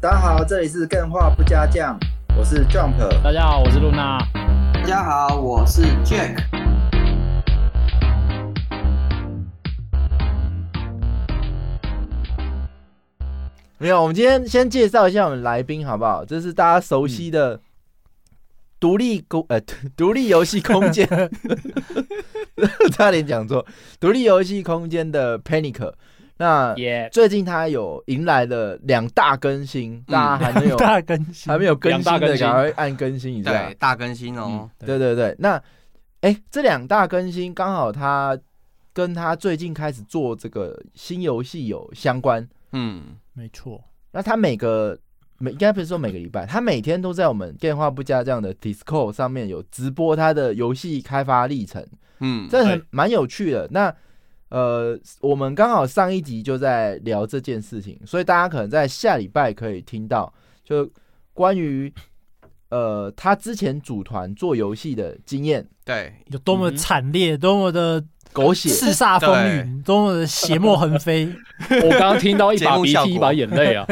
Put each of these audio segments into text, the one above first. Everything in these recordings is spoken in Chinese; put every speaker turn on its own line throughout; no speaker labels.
大家好，这里是更画不加酱，我是 Jump。
大家好，我是露娜。
大家好，我是 Jack。
没有，我们今天先介绍一下我们来宾好不好？这是大家熟悉的独立公、呃 独立游戏空间，差点讲错，独立游戏空间的 Panic。那
耶，
最近他有迎来了两大更新，大家还没有、
大更新
还没有更新
两大
的，
更新
赶快按更新一下
啊
对，。大更新哦。
对对对，那哎、这两大更新刚好他跟他最近开始做这个新游戏有相关。
嗯，
没错，
那他每个每应该不是说每个礼拜，他每天都在我们电话不加这样的 Discord 上面有直播他的游戏开发历程，
嗯，
这很
对
蛮有趣的。那呃，我们刚好上一集就在聊这件事情，所以大家可能在下礼拜可以听到，就关于呃他之前组团做游戏的经验，
对，
有多么惨烈，多么的
狗血
叱咤风云，多么的邪莫横飞。
我刚刚听到一把
节
鼻
目效果
涕一把眼泪啊！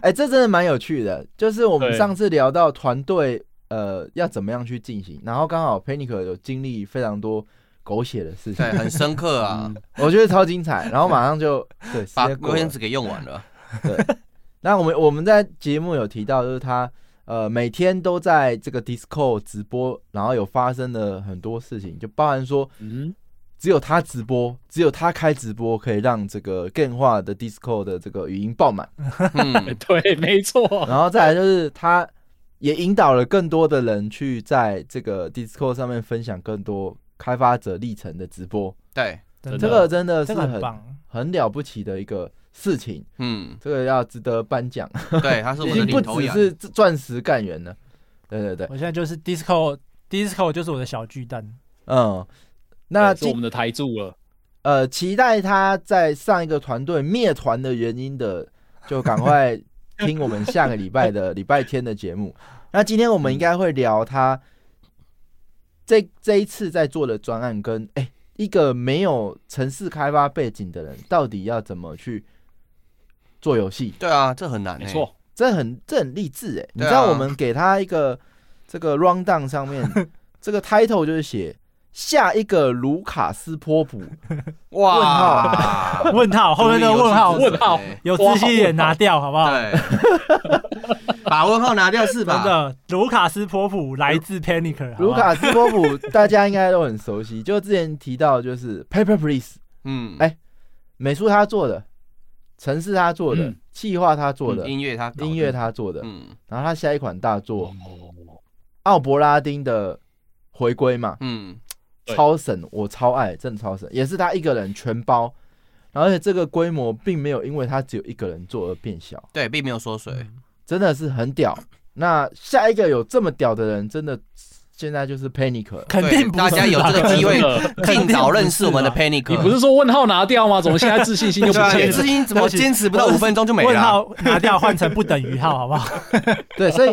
哎、这真的蛮有趣的。就是我们
对
上次聊到团队，呃，要怎么样去进行，然后刚好 Panic 有经历非常多狗血的事情嗯
对，，很深刻啊，
我觉得超精彩。然后马上就对，时
把
间过
卫生
了。
纸给用完了。
那我们我们在节目有提到，就是他呃每天都在这个 Discord 直播，然后有发生了很多事情，就包含说
嗯，
只有他直播，只有他开直播可以让这个更化的 Discord 的这个语音爆满。
嗯，
对，没错，
然后再来就是他也引导了更多的人去在这个 Discord 上面分享更多开发者历程的直播，
对，
真
真
这
的
个真的是
这个很
很
棒，
很了不起的一个事情，
嗯，
这个要值得颁奖，
对，他是
已
我
经
的
不
领头
只
羊。
是钻石干员了。对对对
我，现在就是 disco。Disco 就是我的小巨蛋，
嗯，那
对是我
今
们的台柱了。
呃期待他在上一个团队灭团的原因的，就赶快听我们下个礼拜的礼拜天的节目。那今天我们应该会聊他这这一次在做的专案跟，哎一个没有城市开发背景的人到底要怎么去做游戏，
对啊，这很难、欸。
没，错，
这很这很励志哎、你
对啊
知道我们给他一个这个 round down 上 面这个 title 就是写下一个卢卡斯波普，
哇，
问 号后面的问号，
注意有
问号
字欸
有自信一点拿掉好不好？
对，把问号拿掉是
真
吧？
的，卢卡斯波普来自 Panic，好不啊
卢
好
卡斯波普大家应该都很熟悉，就之前提到就是 Paper Please
嗯，
哎美术他做的，城市他做的
嗯，
企划他做的，
嗯音乐他搞的
音乐，他做的，
嗯
然后他下一款大作
哦
奥伯拉丁的回归嘛，
嗯，
对
超神，我超爱，真的超神，也是他一个人全包，然后而且这个规模并没有因为他只有一个人做而变小，
对，并没有缩水。
真的是很屌。那下一个有这么屌的人，真的现在就是 Panic 了。
肯
对
定，不
大
是
家有
吧
这个机会
真的
尽早认识我们的
肯
Panic。
你不是说问号拿掉吗？怎么现在自信心就不
对啊，
见
你
了
至？今怎么坚持不到
对不
五
起
分钟就没
问
了啊？
号拿掉换成不等于号好不好？
对，所以，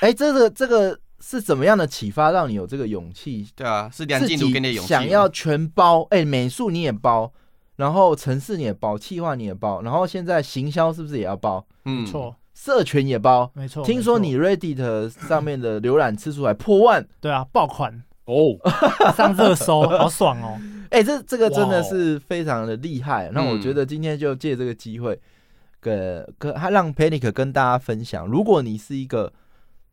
哎，这个这个是怎么样的启发，让你有这个勇气，
对啊，是梁
自
静茹给你的
己
勇气。
想要全包？哎，美术你也包，然后城市你也包，企划你也包，然后现在行销是不是也要包？
嗯，
错，
社群也包。
没错。
听说
没错
你 Reddit 上面的浏览次数还破万，
对啊，爆款
哦，
上热搜，好爽哦！
哎、这这个真的
哇哦
是非常的厉害。那我
嗯
觉得今天就借这个机会，跟跟他让 Panic 跟大家分享，如果你是一个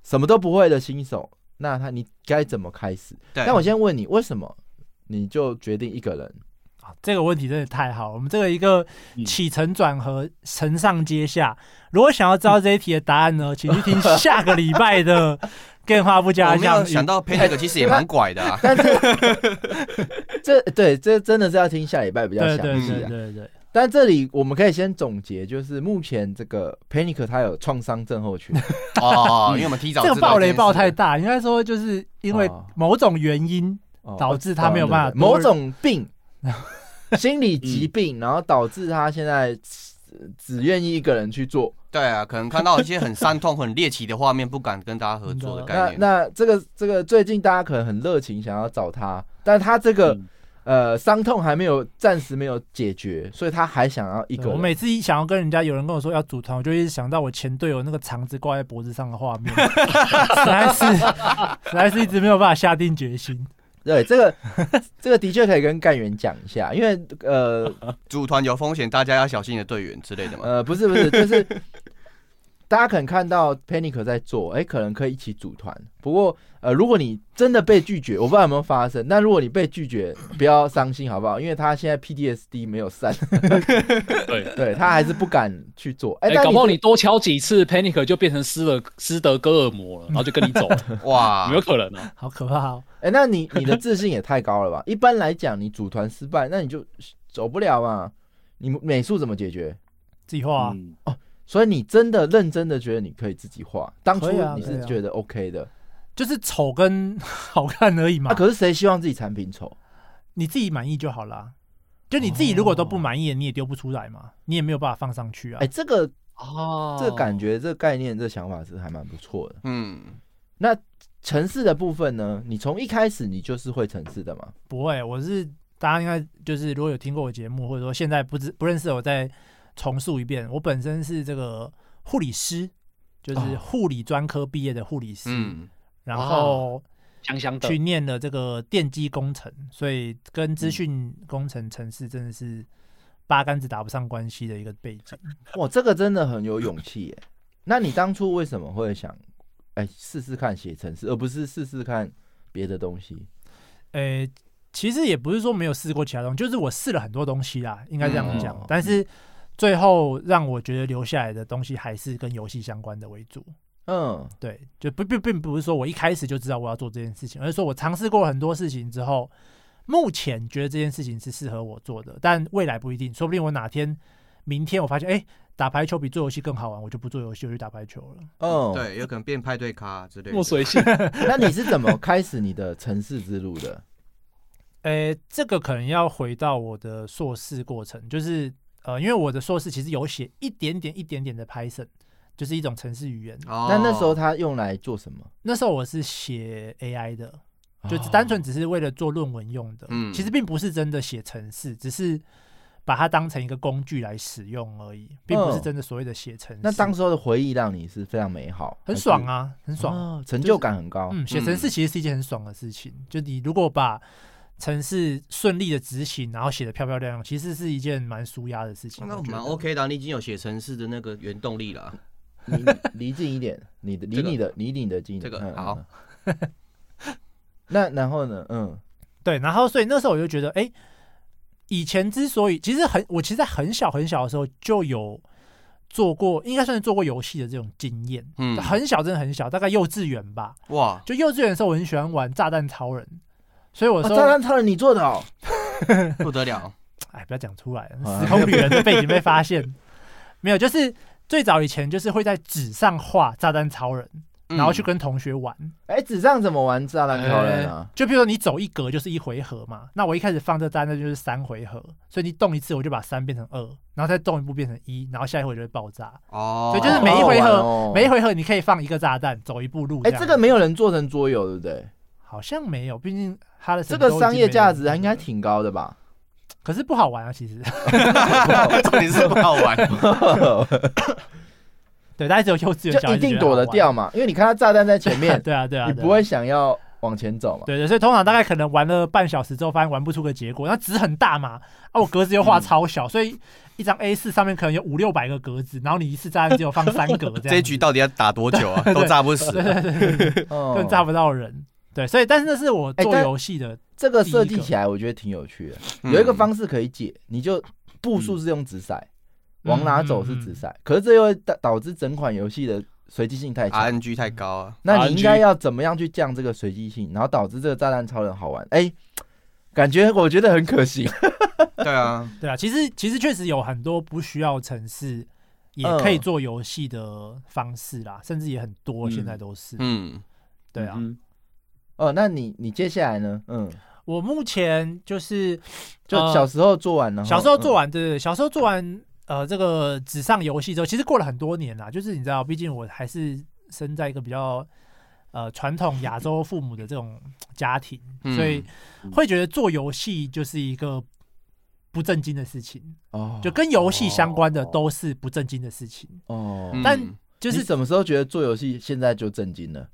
什么都不会的新手，那他你该怎么开始？
对，
那我先问你，为什么你就决定一个人？
啊，这个问题真的太好了，我们这个一个
嗯
起承转合，承上接下。如果想要知道这一题的答案呢，请去听下个礼拜的更花不加
我没有
酱。
想到 Panic 其实也蛮拐的啊。
但是这 对这真的是要听下礼拜比较
对
详
对
细
对
啊。
对对，
但这里我们可以先总结，就是目前这个 Panic 他有创伤症候 群，
哦，因为我们提早
这个
知道
暴
件
雷
事
爆太大，应该说就是因为
哦
某种原因，
哦
导致他没有办法
对对对某种 病，心理疾
嗯
病，然后导致他现在只只愿意一个人去做。
对啊，可能看到一些很伤痛、很猎奇的画面，不敢跟大家合作的概
那
念。
那这个这个最近大家可能很热情想要找他，但他这个、
嗯
呃伤痛还没有暂时没有解决，所以他还想要一
对
个
我
人。
每次一想要跟人家有人跟我说要组团，我就一直想到我前队友那个肠子挂在脖子上的画面， 实在是实在是一直没有办法下定决心。
对，这个 这个的确可以跟干员讲一下，因为 呃
组团有风险，大家要小心你的队员之类的 嘛。
呃不是不是，就是大家可能看到 Panic 在做，哎、可能可以一起组团。不过呃，如果你真的被拒绝，我不知道有没有发生，但如果你被拒绝，不要伤心好不好？因为他现在 PTSD 没有散，
对。
对他还是不敢去做。哎、
哎、
但
搞不好
是
你多敲几次 Panic 就变成斯德斯德哥尔摩了，然后就跟你走了，
哇
有没，有可能啊？
好可怕哦！
哎、那你你的自信也太高了吧？一般来讲，你组团失败，那你就走不了嘛。你美术怎么解决？
自己画、啊
嗯
所以你真的认真的觉得你可以自己画，当初
可以啊
你
可以
是
啊
觉得 OK 的。
就是丑跟好看而已嘛，
啊，可是谁希望自己产品丑？
你自己满意就好啦。就你自己如果都不满意，你也丢不出来嘛，你也没有办法放上去啊。
哎、这个
哦
这个感觉、这个概念、这个想法是还蛮不错的。
嗯，
城市的部分呢，你从一开始你就是会城市的嘛？
不会，我是大家应该就是如果有听过我节目，或者说现在不知不认识的我再重述一遍。我本身是这个护理师，就是
哦
护理专科毕业的护理师，
嗯，
然后
香香的
去，念了这个电机工程，所以跟资讯工程城市真的是八竿子打不上关系的一个背景。
哇，这个真的很有勇气 耶。那你当初为什么会想，哎、试试看写城市，而不是试试看别的东西？
呃、其实也不是说没有试过其他东西，就是我试了很多东西啦，应该这样讲。
嗯
但是最后让我觉得留下来的东西还是跟游戏相关的为主。
嗯，
对，就不并并不是说我一开始就知道我要做这件事情，而是说我尝试过很多事情之后，目前觉得这件事情是适合我做的，但未来不一定，说不定我哪天明天我发现，哎、打排球比做游戏更好玩，我就不做游戏，我去打排球了。
哦，，
对，有可能变派对咖之类
墨
的。
水系，
那你是怎么开始你的城市之路 的？
呃，这个可能要回到我的硕士过程，就是呃，因为我的硕士其实有写一点点、一点点的 Python，就是一种程式语言。
哦
那那时候他用来做什么？
那时候我是写 AI 的，就
哦
只单纯只是为了做论文用的，
嗯
其实并不是真的写程式，只是把它当成一个工具来使用而已，并不是真的所谓的写程式。
哦那当时候的回忆让你是非常美好，
很爽啊，
还
很
是，
爽。
哦成就感很高。
嗯，写程式其实是一件很爽的事情，就你如果把程式顺利的执行，然后写的漂漂亮亮，其实是一件蛮舒压的事情。
那
我觉得
蛮 OK 的啊，你已经有写程式的那个原动力了啊。
你离近一点，你的离
这个
你的离你的近，
这个
嗯
好。
嗯嗯 那然后呢？嗯，
对，然后所以那时候我就觉得，哎、以前之所以其实很，我其实在很小很小的时候就有做过，应该算是做过游戏的这种经验。
嗯，
很小，真的很小，大概幼稚园吧。
哇，
就幼稚园的时候，我很喜欢玩炸弹超人，所以我
哦
说，
炸弹超人你做的哦，
不得了，
哎，不要讲出来，
啊
时空旅人的背景被 发现。没有，就是最早以前就是会在纸上画炸弹超人，
嗯
然后去跟同学玩。
哎，纸上怎么玩炸弹超人啊？
就比如说你走一格就是一回合嘛，那我一开始放这炸弹就是三回合，所以你动一次我就把三变成二，然后再动一步变成一，然后下一回就会爆炸。
哦，
所以哎就 是每一回
好好
合，
玩哦
每一回合你可以放一个炸弹，走一步路
哎，
样。
这个没有人做成桌游，对不对？
好像没有，毕竟它的
这
成本
个
都已经
商业价值啊
没有
应该挺高的 吧？
可是不好玩啊，其实。
重点是不好玩。
对，大家只有幼稚园小
就
孩
一
子觉
定
好
躲得
玩。
掉嘛，因为你看他炸弹在前面
，对啊，对啊，
你
对啊
不会。想要往前走嘛。
对对，所以通常大概可能玩了半小时之后，发现玩不出个结果。那纸很大嘛，啊，我格子又画超小，所以一张 A 4上面可能有五六百个格子，然后你一次炸弹只有放三格这样。
这一 局到底要打多久啊？都炸不死。
嗯
更炸不到人。对，所以但是那是我
哎
做
但
游戏的，
这个设计起来，我觉得挺有趣的。
嗯
有一
嗯
个方式可以解，你就步数是用直骰，
嗯
往哪走是直骰，可是这又会导导致整款游戏的随机性太强。
RNG 太高啊，
那你应该要怎么样去降这个随机性，然后导致这个炸弹超人好玩？哎，感觉我觉得很可 行。
对啊，
对啊，其实其实确实有很多不需要城市也可以做游戏的方式啦，甚至也很多，
嗯
现在都是。
嗯，
对啊，
嗯
哦，那你你接下来呢？嗯，
我目前就是
就
呃
小时候做完了，嗯
小时候做
完，
完，对对对，小时候做完呃这个纸上游戏之后，其实过了很多年啦，就是你知道，毕竟我还是生在一个比较呃传统亚洲父母的这种家庭，
嗯
所以会觉得做游戏就是一个不正经的事情，
哦，
就跟游戏相关的都是不正经的事情。
哦，
嗯
但就
就是
是
什么时候觉得做游戏现在就震惊了？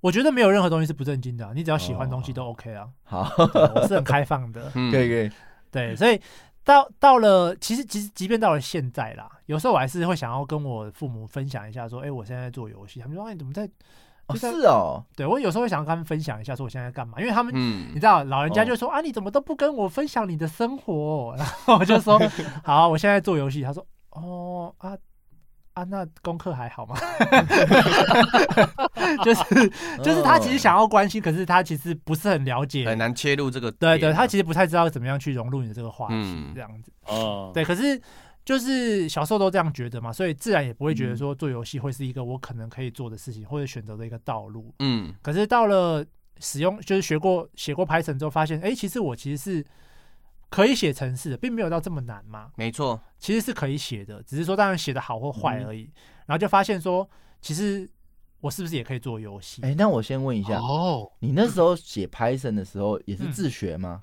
我觉得没有任何东西是不正经的啊、你只要喜欢东西都 OK 啊，
哦好，
对我是很开放的。
嗯
可以可以，
对，所以到到了，其实其实即便到了现在啦，有时候我还是会想要跟我父母分享一下，说，哎、我现在在做游戏，他们说，哎、你怎么在？
哦
就是在
哦，
对我有时候会想要跟他们分享一下，说我现在在干嘛，因为他们。你
嗯，
知道，老人家
哦
就说、啊，你怎么都不跟我分享你的生活、哦然后我 就说，好，我现在在做游戏。他说，哦啊啊，那功课还好吗？ 就是就是他
哦
其实想要关心，可是他其实不是很了解
哦很难切入这个点啊。
对对，他其实不太知道怎么样去融入你的这个话题
嗯，
这样子。
哦，
对，可是就是小时候都这样觉得嘛，所以自然也不会觉
嗯
得说做游戏会是一个我可能可以做的事情或者选择的一个道路。
嗯
可是到了使用就是学过写过 Python 之后，发现哎，诶其实我其实是可以写程式的，并没有到这么难嘛，
没错，
其实是可以写的，只是说当然写的好或坏
嗯
而已。然后就发现说，其实我是不是也可以做游戏？
哎，那我先问一下，
哦，
你那时候写 Python 的时候也是自学吗？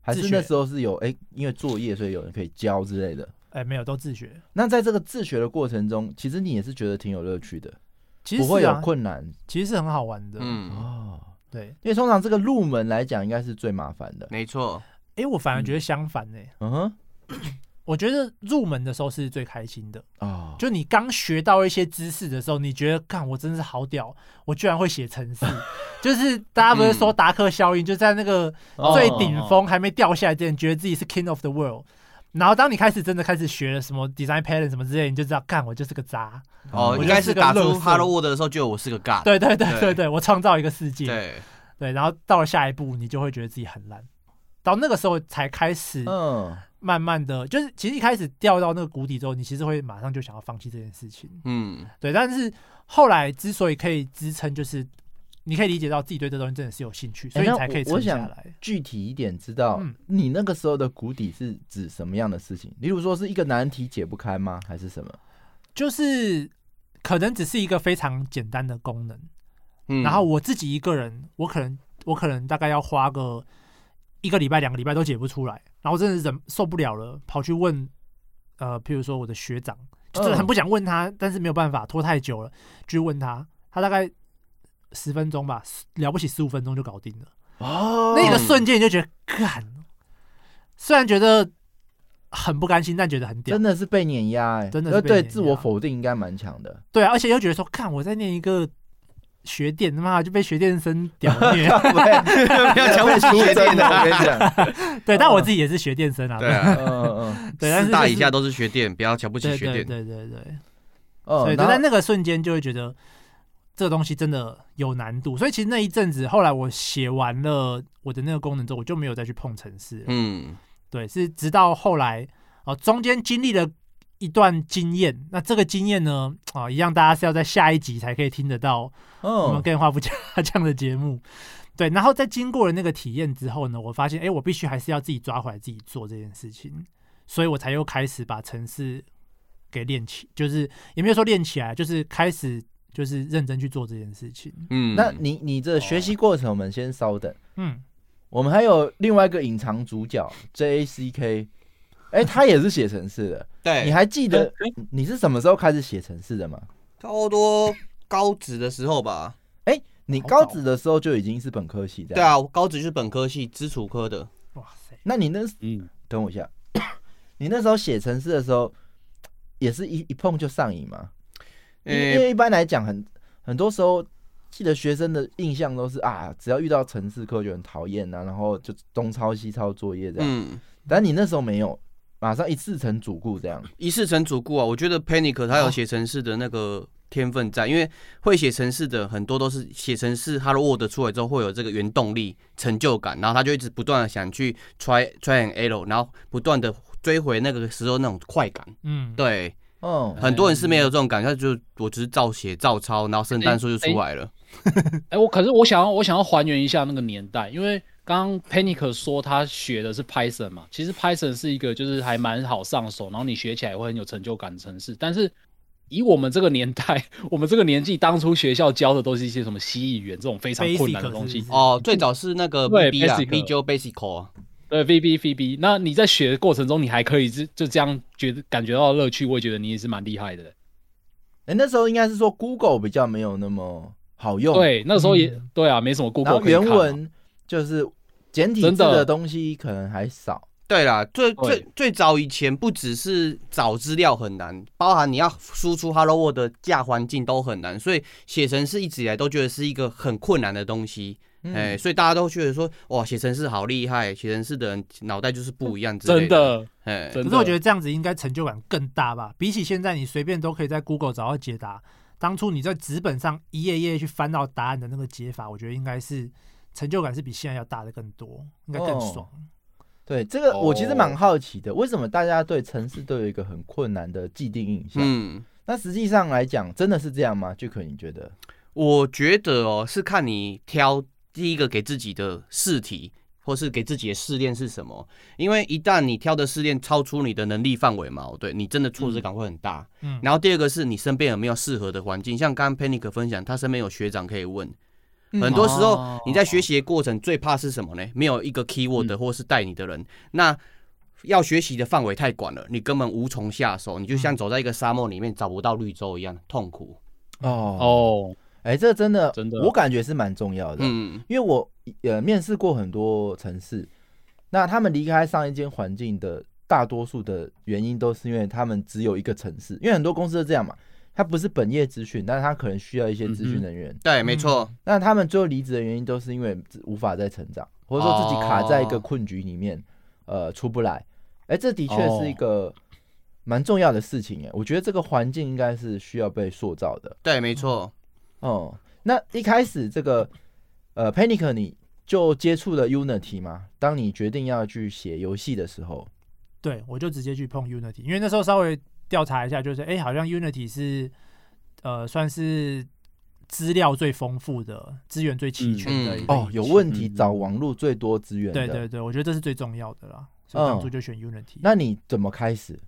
还是
嗯自学
那时候是有哎，因为作业所以有人可以教之类的？
哎，没有，都自学。
那在这个自学的过程中，其实你也是觉得挺有乐趣的，
其实
不会
是
有
啊，
困难
其实是很好玩的。
嗯，
哦。
对，
因为通常这个入门来讲，应该是最麻烦的。
没错，
哎，我反而觉得相反呢、
嗯哼，
我觉得入门的时候是最开心的，
哦，
就你刚学到一些知识的时候，你觉得看我真是好屌，我居然会写 程式，就是大家不是
嗯
说达克效应，就在那个
哦
最顶峰还没掉下来之前，觉得自己是 king of the world。然后当你开始真的开始学了什么 design pattern 什么之类，你就知道，干我就是个渣。
哦，
嗯我
应
觉得
该
是
是
个
打
垃
出
圾
Hello World 的时候，就有我是个 God。
对对对
对
对对，我创造一个世界。
对，
对然后到了下一步，你就会觉得自己很烂。到那个时候才开始
嗯，
慢慢的，就是其实一开始掉到那个谷底之后，你其实会马上就想要放弃这件事情。
嗯
对，但是后来之所以可以支撑，就是你可以理解到自己对这东西真的是有兴趣，所以
那
你才可以
我我
撑下
想
来。
具体一点，知道
嗯
你那个时候的谷底是指什么样的事情？例如说是一个难题解不开吗？还是什么？
就是可能只是一个非常简单的功能，
嗯，
然后 我自己一个人，我可能我可能大概要花个一个礼拜、两个礼拜都解不出来，然后真的是忍受不了了，跑去问呃，譬如说我的学长，就是
嗯
很不想问他，但是没有办法，拖太久了，去问他，他大概十分钟吧，了不起十五分钟就搞定了。
哦
那个瞬间你就觉得干，虽然觉得很不甘心，但觉得很屌
真。的是被碾压哎、
真的是
呃
被碾
对
压
自我否定应该蛮强 的。
对啊，而且又觉得说，看我在念一个学电，他妈就被学电生屌 虐。
不要
讲我是学
真的，
电的
我跟你讲，
对，但我自己也是学电生啊。
对啊，
嗯嗯
对，但是
四大以下
都
都是学电，不要瞧不起
对
学电。
对
哦
对对对，
嗯，
所以就
然后
在那个瞬间就会觉得这个东西真的有难度。所以其实那一阵子，后来我写完了我的那个功能之后，我就没有再去碰城市了。
嗯，
对，是直到后来哦，中间经历了一段经验，那这个经验呢，啊、一样大家是要在下一集才可以听得到我们
嗯
跟话不加 这样的节目。对，然后在经过了那个体验之后呢，我发现，哎，我必须还是要自己抓回来，自己做这件事情，所以我才又开始把城市给练起，就是也没有说练起来，就是开始就是认真去做这件事情。
嗯，
那你你这学习过程，我们先稍等。
嗯，
我们还有另外一个隐藏主角 J A C K，哎、他也是写程式的。你
对
还记得
哎
你是什么时候开始写程式的吗？
差不多高职的时候吧？
你
好早
高职的时候就已经是本科系的。
对。啊，我高职是本科系基础科的。
哇塞，
那你那
嗯，
等我一下，你那时候写程式的时候，也是一一碰就上瘾吗？因为因
诶，
为一般来讲，很很多时候，记得学生的印象都是啊，只要遇到程式课就很讨厌啊，然后就东抄西抄作业这样。
嗯，
但你那时候没有，马上一次成主顾这样。
一世成主顾啊，我觉得
哦
Panic 他有写程式的那个天分在，因为会写程式的很多都是写程式 Hello World 出来之后会有这个原动力、成就感，然后他就一直不断的想去 try try and error，然后不断的追回那个时候那种快感。
嗯，
对，
嗯，
很多人是没有这种感觉，他就我只是照写照抄，然后圣诞树就出来了。
哎，我可是我想要我想要还原一下那个年代，因为刚刚 Panic 说他学的是 Python 嘛，其实 Python 是一个就是还蛮好上手，然后你学起来会很有成就感的程式，但是以我们这个年代， 我们这个年纪，当初学校教的都是一些什么蜥蜴园这种非常困难的
Basic
东西
是不，是
哦，最早是那个
哎对
B 啊
basic
B 就 basic 啊，
对 VB VB。那你在学的过程中，你还可以就就这样觉得感觉到乐趣，我也觉得你也是蛮厉害的。
哎、那时候应该是说 Google 比较没有那么好用，，
对，那时候也、
嗯
对啊，没什么
然
Google
后
可以
原
看嘛
文就是简体字
真的
的东西可能还少，
对啦，最
对
最最早以前不只是找资料很难，包含你要输出 Hello World 的架环境都很难，所以写程式一直以来都觉得是一个很困难的东西。哎、
嗯
所以大家都觉得说，哇，写程式好厉害，写程式的人脑袋就是不一样之类
真
的，
的
哎，
真的。哦
可是我觉得这样子应该成就感更大吧？比起现在你随便都可以在 Google 找到解答，当初你在纸本上一页一页去翻到答案的那个解法，我觉得应该是成就感是比现在要大的更多，应该更
哦
爽。
对这个我其实
哦
蛮好奇的，为什么大家对城市都有一个很困难的既定印象？
嗯，
那实际上来讲，真的是这样吗？就可你觉得？
我觉得哦，是看你挑第一个给自己的试题，或是给自己的试炼是什么。因为一旦你挑的试炼超出你的能力范围嘛，哦对你真的挫折感会很大。
嗯
然后第二个是你身边有没有适合的环境，像刚刚 Panic 分享，他身边有学长可以问。
嗯
很多时候
哦
你在学习的过程最怕是什么呢？没有一个 keyword 或是带你的人，那要学习的范围太广了，你根本无从下手，你就像走在一个沙漠里面找不到绿洲一样痛苦。
哦，
哦，
哎、这真的，
真的
我感觉是蛮重要的。
嗯，
因为我呃面试过很多城市，那他们离开上一间环境的大多数的原因都是因为他们只有一个城市，因为很多公司都这样嘛，他不是本业资讯，但是他可能需要一些资
嗯
讯
哼
人员，
对，没错。
那他们最后离职的原因都是因为无法再成长，或者说自己卡在一个困局里面，呃，出不来。哎，这的确
哦
是一个蛮重要的事情哎，我觉得这个环境应该是需要被塑造的。
对，没错。
哦、那一开始这个呃，Panic 你就接触了 Unity 吗？当你决定要去写游戏的时候，
对，我就直接去碰 Unity，因为那时候稍微调查一下，就是哎、诶好像 Unity 是呃算是资料最丰富的、资源最齐全的
嗯
一个
哦，
引
有
擎
问题
嗯
找网络最多资源的。
对对对，我觉得这是最重要的啦，所以当初就选 Unity。
那你怎么开始？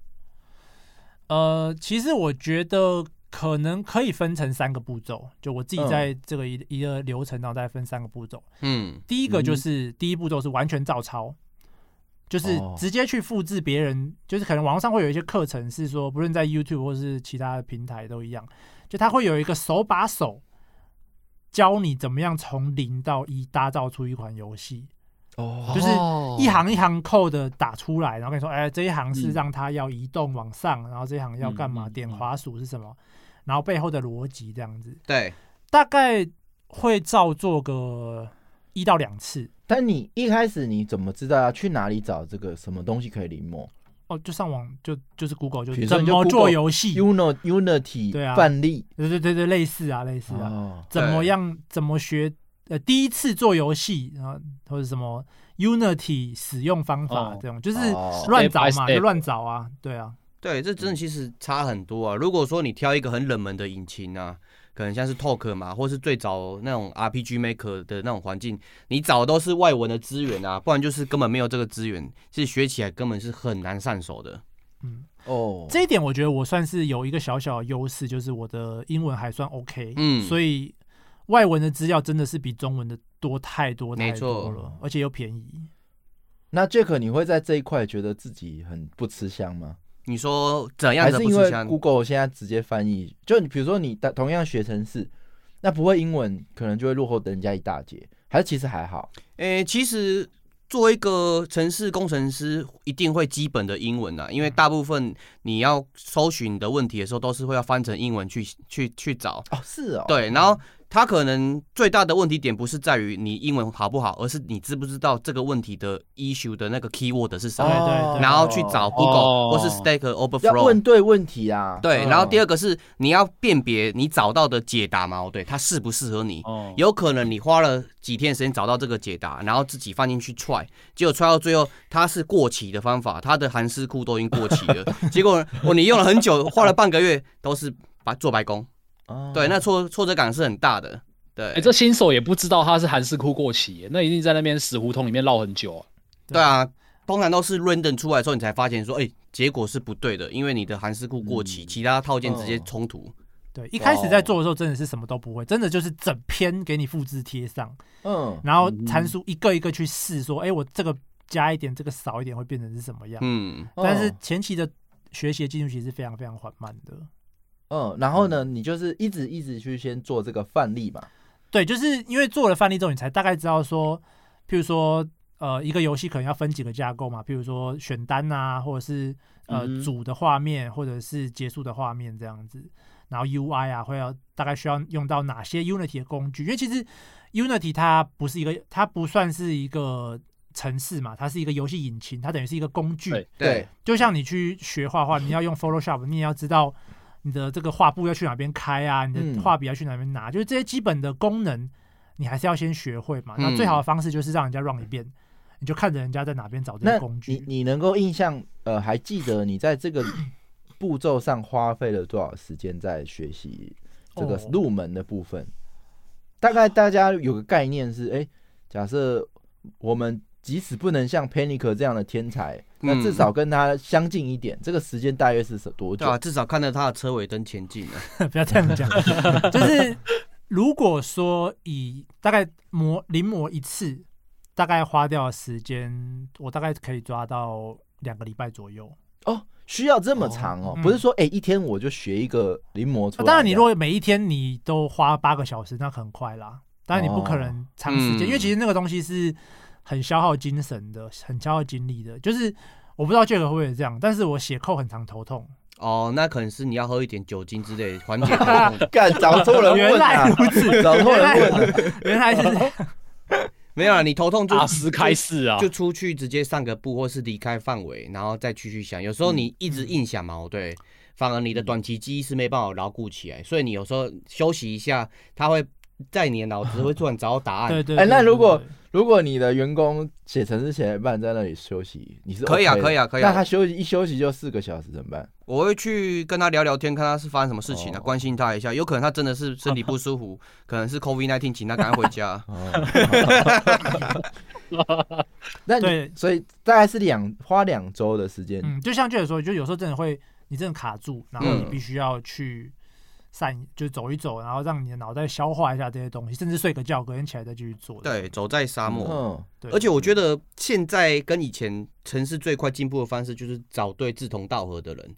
呃，其实我觉得可能可以分成三个步骤，就我自己
嗯
在这个一一个流程当中大概分三个步骤。
嗯，
第一个就
嗯
是、第一步骤是完全照抄，就是
哦
直接去复制别人，就是可能网上会有一些课程是说，不论在 YouTube 或是其他的平台都一样，就它会有一个手把手教你怎么样从零到一打造出一款游戏。
哦
就是一行一行扣的打出来，然后跟你说，哎，这一行是
嗯
让它要移动往上，然后这一行要干嘛？
嗯嗯
点
嗯
滑鼠是什么？然后背后的逻辑这样子，
对，
大概会照做个一到两次
但你一开始你怎么知道要去哪里找这个什么东西可以临摹
哦，就上网就就是 Google 就
比如说
怎
你就
么
Google
做游戏，
？Uno Unity
嗯对啊
范例
对对对对，类似啊类似啊，
哦，
怎么样怎么学？呃，第一次做游戏，然后或者什么 Unity 使用方法
哦
这种，就是
哦
乱找
Step
嘛，
by
就
step
乱找啊，对啊，
对，这真的其实差很多啊。如果说你挑一个很冷门的引擎啊，可能像是 Talk 嘛，或是最早那种 RPG Maker 的那种环境，你找的都是外文的资源啊，不然就是根本没有这个资源，是学起来根本是很难上手的。
嗯，
哦，
这一点我觉得我算是有一个小小的优势，就是我的英文还算 OK，
嗯
所以外文的资料真的是比中文的多太多
没
太
错
多了，而且又便宜。
那 Jack 你会在这一块觉得自己很不吃香吗？
你说怎样
还
的
是
不
因
吃
为
香？
Google 现在直接翻译，就你比如说你的同样学程式，那不会英文可能就会落后人家一大截，还是其实还好
诶、其实作为一个城市工程师，一定会基本的英文啊，因为大部分你要搜寻你的问题的时候，都是会要翻成英文去去去找。
哦，是哦，，
对，然后他可能最大的问题点不是在于你英文好不好，而是你知不知道这个问题的 issue 的那个 keyword 是什么，
对对
然后去找 Google、
哦
或是 Stack
哦要
Overflow
问。对问题啊，
对，然后第
二
二个是你要辨别你找到的解答嘛，哦对，它适不适合你。
哦
有可能你花了几天时间找到这个解答，然后自己放进去 try，结果 try 到最后它是过期的方法，它的韩式库都已经过期了。结果我你用了很久，花了半个月，都是白做白工。
哦
对，那挫挫折感是很大的。对，
哦哎、这新手也不知道他是韩式库过期耶，那一定在那边死胡同里面绕很久啊、
对啊，通常都是 random 出来的时候，你才发现说，哎、结果是不对的，因为你的韩式库过期，
嗯
其他套件直接冲突。
对，一开始在做的时候真的是什么都不会，真的就是整篇给你复制贴上，
嗯，
然后参数一个一个去试，说，哎、我这个加一点，这个少一点会变成是什么样？
嗯，
但是前期的学习的进度其实是非常非常缓慢的。
嗯，然后呢，你就是一直一直去先做这个范例嘛，
对，就是因为做了范例之后，你才大概知道说，譬如说，呃，一个游戏可能要分几个架构嘛，譬如说选单啊，或者是
嗯
呃
哼
主的画面，或者是结束的画面这样子。然后 UI 啊，会要大概需要用到哪些 Unity 的工具？因为其实 Unity 它不是一个，它不算是一个城市嘛，它是一个游戏引擎，它等于是一个工具。
对
对，
就像你去学画画，你要用 Photoshop，你也要知道你的这个画布要去哪边开啊，你
嗯
的画笔要去哪边拿，就是这些基本的功能，你还是要先学会嘛。
嗯
那最好的方式就是让人家 run 一遍，你就看着人家在哪边找这
那
些工
你
具。
你能够印象呃，还记得你在这 个步骤上花费了多少时间在学习这个
哦
入门的部分？大概大家有个概念是，哎、假设我们即使不能像 Panic 这样的天才，那
嗯
至少跟他相近一点，这个时间大约是多久
对？啊，至少看到他的车尾灯前进了。
不要这样 讲，就是如果说以大概磨临摹一次，大概花掉的时间，我大概可以抓到两个礼拜左右。
哦，需要这么长哦，
哦嗯
不是说哎、诶一天我就学一个临摹出来、
啊当然，你如果每一天你都花八个小时，那很快啦。当然，你不可能长时
嗯
间，因为其实那个东西是很消耗精神的，很消耗精力的。就是我不知道 Jack 会不会这样，但是我写扣很常头痛。
哦，那可能是你要喝一点酒精之类缓解头 痛。
干找错人
原
问
来
啊，
如 此，
找错人问、啊。
原来 是 这样。
没有啊，你头痛就
大师开市啊
就，出去直接散个步，或是离开范围，然后再继续想。有时
嗯
候你一直硬想嘛，哦对，反而你的短期记忆是没办法牢固起来，所以你有时候休息一下，它会在你的脑子会突然找到答案。
对对
哎
对
那如果
对对
如果你的员工写程式写了一半在那里休息，你是
可以啊
OK 的
可以啊可以啊
那他休息一休息就四个小时，怎么办？
我会去跟他聊聊天，看他是发生什么事情啊，
哦。
关心他一下。有可能他真的是身体不舒服，可能是 COVID 1 9请他赶快回家
哦，那你
对
所以大概是两花两周的时间。
嗯，就像 Jack 说，就有时候真的会，你真的卡住，然后你
嗯
必须要去散，就走一走，然后让你的脑袋消化一下这些东西，甚至睡个觉，隔天起来再继续做。
对，走在沙漠。
嗯，
对，
而且我觉得现在跟以前城市最快进步的方式，就是找对志同道合的人，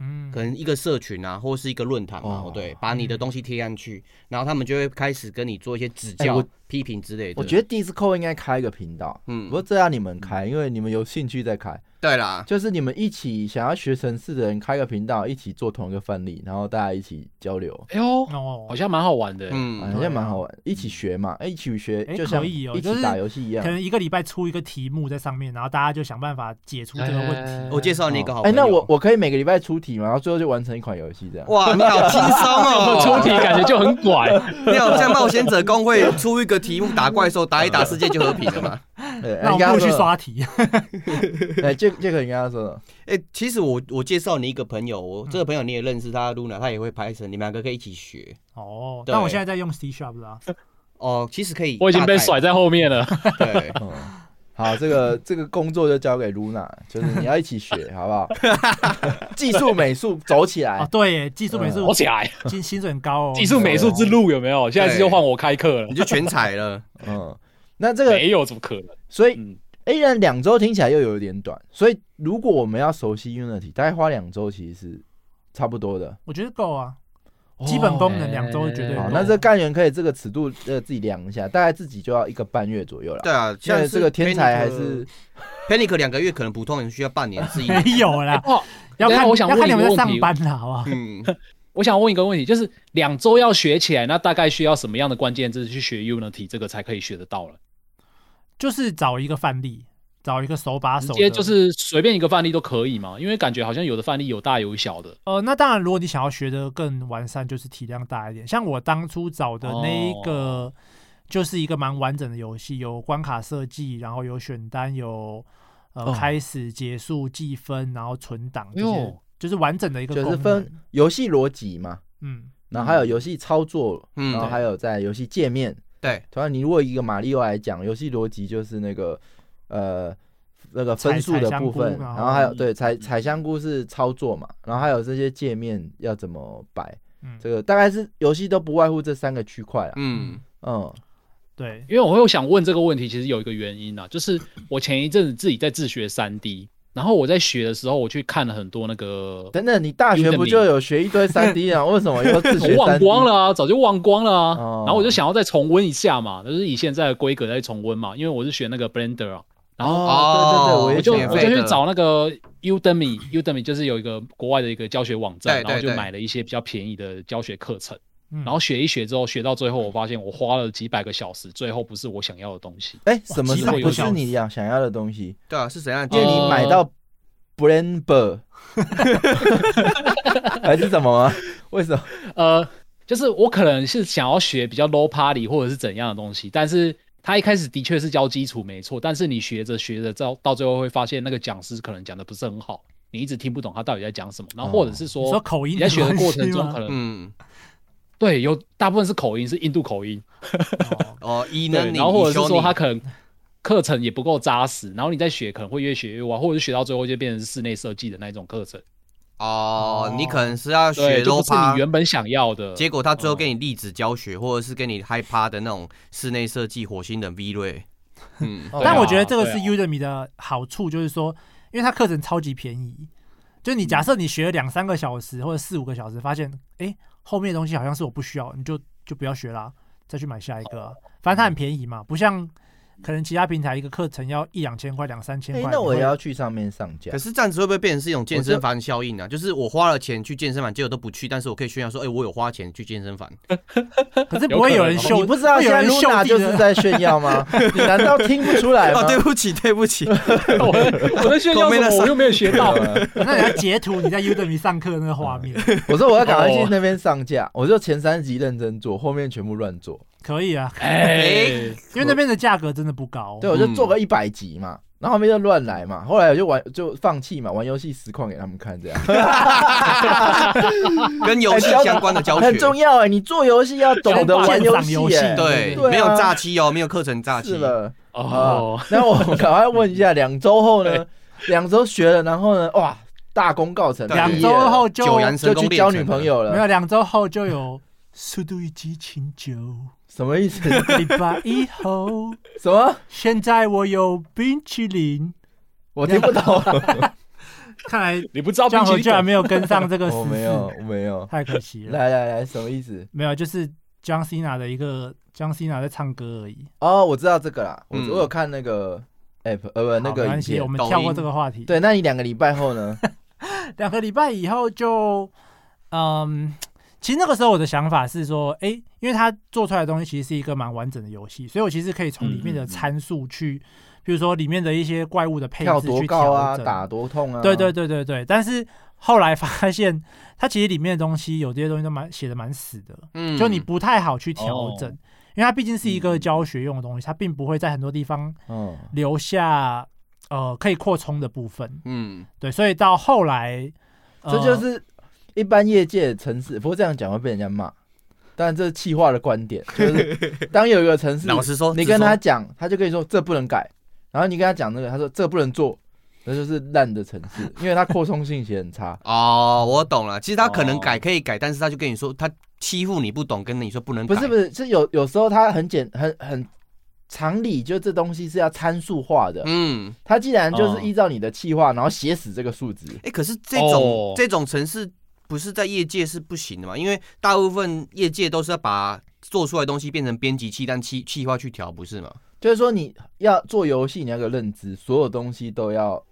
嗯
可能一个社群啊，或是一个论坛嘛，
哦
对，把你的东西贴上去，然后他们就会开始跟你做一些指
哎
教、
我
批评之类的。
我觉得 Discord 应该开一个频道，
嗯
不过这要你们开，因为你们有兴趣再开。
对啦，
就是你们一起想要学程式的人开个频道，一起做同一个范例，然后大家一起交流，
哎呦，
哦
好，像蛮好玩的。
好
嗯，
像蛮好玩。一起学嘛，哎一起学
哎
就像
可
一
以哦
起打游戏一样
可。能一个礼拜出一个题目在上面，然后大家就想办法解出这个问
哎
题。
我介绍你一个好
哎，
朋友。
那我我可以每个礼拜出题嘛，然后最后就完成一款游戏这样。
哇，你好轻 松 哦！
出题感觉就很拐，
你好像冒险者工会出一个题目打怪兽，打一打世界就和平了嘛？
哎
对
那
你刚
我们
刚
过去
说的
刷题，
哎，这这个你刚刚说的，
哎、其实我我介绍你一个朋友，我这个朋友你也认识他，Luna，他也会 Python，你们两个可以一起学。
哦，
对
但我现在在用 C Sharp 啦。
哦，其实可以。
我已经被甩。在后面了。
对，
嗯，好，这个这个工作就交给露娜，就是你要一起学，好不好？ 技术美术走起
啊，
来，
对耶，技术美术
我起来，
薪薪水很高哦。
技术美术之路有没有？现在是就换我开课了
你。就全踩 了。
嗯，那这个
没有，怎么可能？
所以
嗯，
哎，那两周听起来又有一点短，所以如果我们要熟悉 Unity，大概花两周其实是差不多的。
我觉得够啊，基本功能
哦
两周绝对
哎
好
够。，
那这干员可以这个尺度呃自己量一下，大概自己就要一个半月左右了。
对，啊，
现在
像
这个天才还是
Panic 两个月，可能普通人需要半年至一 年。
没有啦，
哦，
要
等一
看
下我想
要
问
看
你
你
一个
们在
问
上
题
班啦，好不好？
嗯，
我想问一个问题，就是两周要学起来，那大概需要什么样的关键字去学 Unity 这个才可以学得到了？
就是找一个范例，找一个手把
直
手
接
的。
就是随便一个范例都可以嘛？因为感觉好像有的范例有大有小的。
呃，那当然，如果你想要学的更完善，就是体量大一点。像我当初找的那一
哦
个，就是一个蛮完整的游戏，有关卡设计，然后有选单，有呃、
哦
开始、结束、计分，然后存档这
哎
些
呦，
就是完整的一个
就
功
是
能。
分游戏逻辑嘛，
嗯，
然后还有游戏操作，
嗯
然后还有在游戏界面。
对，
啊同样，你如果以一个马里奥来讲，游戏逻辑就是那个呃那个分数的部分
采采香，菇然后
然后还有
嗯
对采采香菇是操作嘛，然后还有这些界面要怎么摆，
嗯，
这个大概是游戏都不外乎这三个区块啊。
嗯，
嗯，
对，
因为我会想问这个问题，其实有一个原因啊，就是我前一阵子自己在自学三 D，然后我在学的时候，我去看了很多那个，
等等，你大学不就有学一堆三 D 啊？为什么又自
我
学
忘
三 D？
光了啊，早就忘光了啊。
哦
然后我就想要再重温一下嘛，就是以现在的规格再重温嘛，因为我是学那个 Blender 啊，然后
哦，对对对，
哦
也
我就
想
免
我
费
就
的
去找那个 Udemy，Udemy 就是有一个国外的一个教学网站，
对
然后就
对对
买了一些比较便宜的教学课程，
嗯
然后学一学之后，学到最后我发现我花了几百个小时，最后不是我想要的东西。
哎，什么
哇
是
几百个
不
小
是
时
你想想要的东西？
对啊，是怎样的
因
哦
建
为
议？
你买到 Blender 还是什么吗？啊为什么？
呃，就是我可能是想要学比较 low party 或者是怎样的东西，但是他一开始的确是教基础没错，但是你学着学着到到最后会发现那个讲师可能讲的不是很好，你一直听不懂他到底在讲什么，然后或者是
哦你
说
说口音
你在学的过程中
关
可
系
能、
吗
嗯，
对有大部分是口音是印度口音，
哦
哦，伊呢
对，？然后或者是说他可能。课程也不够扎实，然后你在学可能会越学越歪，或者是学到最后就变成室内设计的那一种课程，
哦
哦，
你可能是要
对，
学
就不
罗
是你
帕，
原本想要的。
结果他最后给你粒子教学，或者是给你
哦
害怕的那种室内设计火星人 V 瑞。嗯，
哦
但
对啊
我觉得这个
对
是
啊
Udemy 的好处，就是说，因为它课程超级便宜，就你假设你学了两三个小时或者四五个小时，发现哎、诶后面的东西好像是我不需要，你就就不要学啦，再去买下一个
哦
啊、反正它很便宜嘛，不像可能其他平台一个课程要一两千块、两三千
哎
块。，
那我
你
也
会
要去上面上架
可。是这样子会不会变成是一种健身房效应啊？就是我花了钱去健身房，结果都不去，但是我可以宣扬说，哎、我有花钱去健 身房。
可是不会有人
有可
秀，
哦你不知道
会
现
有
在
人秀
Luna
自己
就是
的
在炫耀吗？你难道听不出来吗？
不起， 对 不起。
我在我在炫 耀什么？我又没有学
哦
到。
那你要截图你在 Udemy 上课的那个 画面，
我说我要赶快去
哦
那边上架，我就前三集认真做，后面全部乱做。
可以啊，
哎，
因为那边的价格真的不高。
对，我就做个一百集嘛，然后后面就乱来嘛，后来我就玩就放弃嘛，玩游戏实况给他们看，这样
跟游戏相关的教学
很，重要哎。你做游戏要懂得玩游
鉴赏游
戏
戏
哎，
对，
对啊
没有诈欺哦，没有课程诈欺
是。了。
哦，
那我们赶快问一 下，两周后呢？两周学了，然后呢？哇，大功告成，
对
两周后就
九阳
就
神功
去
练
交
成
女
了
朋，友
没有，
了，
两周后就有《速度与激情九》。
什么意思？
礼拜一后，
什么？
现在我有冰淇淋。
我听不懂。
看来
你不知
哦
道冰
江
淇
河
淋
居然没有跟上这 个 时
我哦没有
事，，
我没有。
太可惜 了。
来来来，什么意思？
没有，就是 John Cena 的一个 John Cena 在唱歌而已。
哦，我知道这个啦，我
嗯
我有看那个 app，呃，不，那
好
个
没
影
关系，
片
我。们
抖
跳过
音
这个话题。
对，那你两个礼拜后呢？
两个礼拜以后就，嗯，其实那个时候我的想法是说，诶，因为它做出来的东西其实是一个蛮完整的游戏，所以我其实可以从里面的参数去，比如说里面的 一些怪物的配
嗯跳
置
多
去
高啊，
调
打
整。
多痛啊？
对对对对对，但是后来发现，它其实里面的东西有这些东西都蛮写的蛮死的，
嗯
就你不太好去调整，
哦
因为它毕竟是一个教学用的东西，它并不会在很多地方
嗯，
留下呃可以扩充的部分。
嗯，
对，所以到后来，呃
这就是一般业界的城市，不过这样讲会被人家骂。但这是气化的观点，就是 当有一个城市，
老实说，
你
直
跟他
说
讲，他就跟你说这不能改，然后你跟他讲那个，他说这不能做，那就是烂的城市，因为它扩充性也很差。
哦，我懂了。其实他可能
哦
改可以改，但是他就跟你说，他欺负你不懂，跟你说不能
不
改。
是不是，是有有时候它很简很很常理，就这东西是要参数化的。
嗯，
它既然就是
嗯
依照你的气化，然后写死这个数值
哎、，可是这种、
哦
这种城市不是在业界是不行的嘛？因为大部分业界都是要把做出来的东西变成编辑器，但气气化去调，不是吗？
就是说你要做游戏，你要有个认知，所有东西都要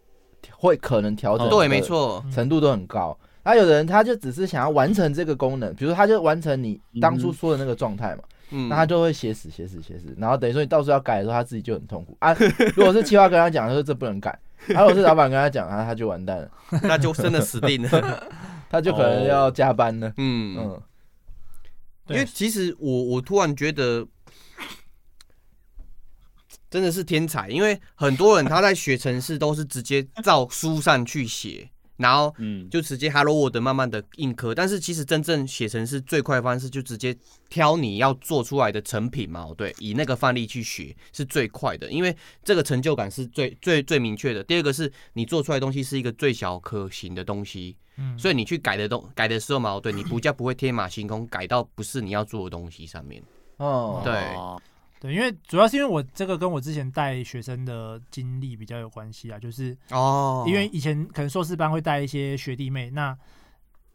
会可能调整，
哦
对，没，错。
程度都很高。那有的人他就只是想要完成这个功能，比如说他就完成你当初说的那个状态嘛，
嗯，
那他就会写死写死写死，然后等于说你到时候要改的时候，他自己就很痛苦啊。如果是企划跟他讲，他说这不能改；，啊、如果是老板跟他讲，啊他就完蛋了，
那就真的死定了。
他就可能要加班了。
哦嗯，
嗯，
因
对
为其实我我突然觉得。真的是天才，因为很多人他在学程式都是直接照书上去写，然后
嗯，
就直接 Hello World 慢慢的硬刻。但是其实真正写成是最快的方式，就直接挑你要做出来的成品嘛，对，以那个范例去学是最快的，因为这个成就感是最最最明确的。第二个是你做出来的东西是一个最小可行的东西，
嗯，
所以你去改的东改的时候嘛，对你不叫不会天马行空，改到不是你要做的东西上面。
哦，
对
哦
对，因为主要是因为我这个跟我之前带学生的经历比较有关系啊，就是
哦
因为以前可能硕士班会带一些学弟妹，那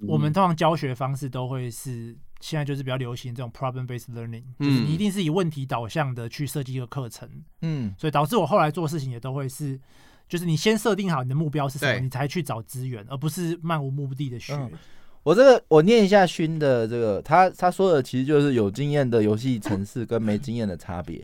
我们
嗯
通常教学方式都会是现在就是比较流行这种 problem based learning，就是
嗯
你一定是以问题导向的去设计一个课程，
嗯，
所以导致我后来做事情也都会是，就是你先设定好你的目标是什么，
对
你才去找资源，而不是漫无目的的学。
嗯我这个我念一下勋的这个，他他说的其实就是有经验的游戏城市跟没经验的差别。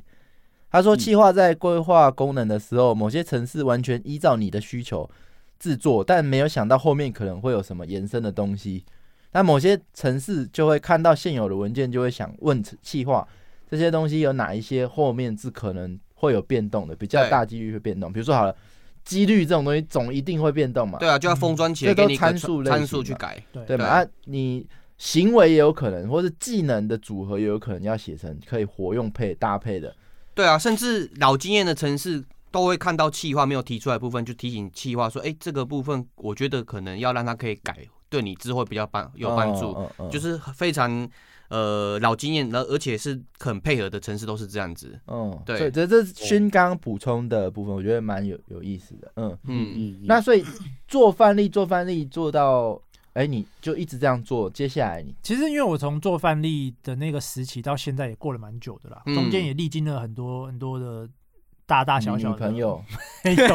他说，
嗯
企划在规划功能的时候，某些城市完全依照你的需求制作，但没有想到后面可能会有什么延伸的东西。那某些城市就会看到现有的文件，就会想问企划这些东西有哪一些后面是可能会有变动的，比较
对
大几率会变动。比如说好了，几率这种东西总一定会变动嘛。
对啊，就要封装起来
这都
给你一个
参数类型
参数去
嘛
改。
对
对嘛？
对
啊，你行为也有可能，或是技能的组合也有可能要写成可以活用配搭配的。
对啊，甚至老经验的城市都会看到企划没有提出来的部分，就提醒企划说：“哎、这个部分我觉得可能要让它可以改，对你之后比较帮有帮助。
嗯嗯嗯
就是非常呃老经验，而而且是很配合的城市都是这样子。
嗯，
对
所以这这是勋刚补充的部分，我觉得蛮有有意思的。嗯，
嗯，
嗯，
那所以做范例做范例做到，哎，你就一直这样做，接下来你
其实因为我从做范例的那个时期到现在也过了蛮久的啦，
嗯
中间也历经了很多很多的大大小
你
小
女
的
朋 友，
没有，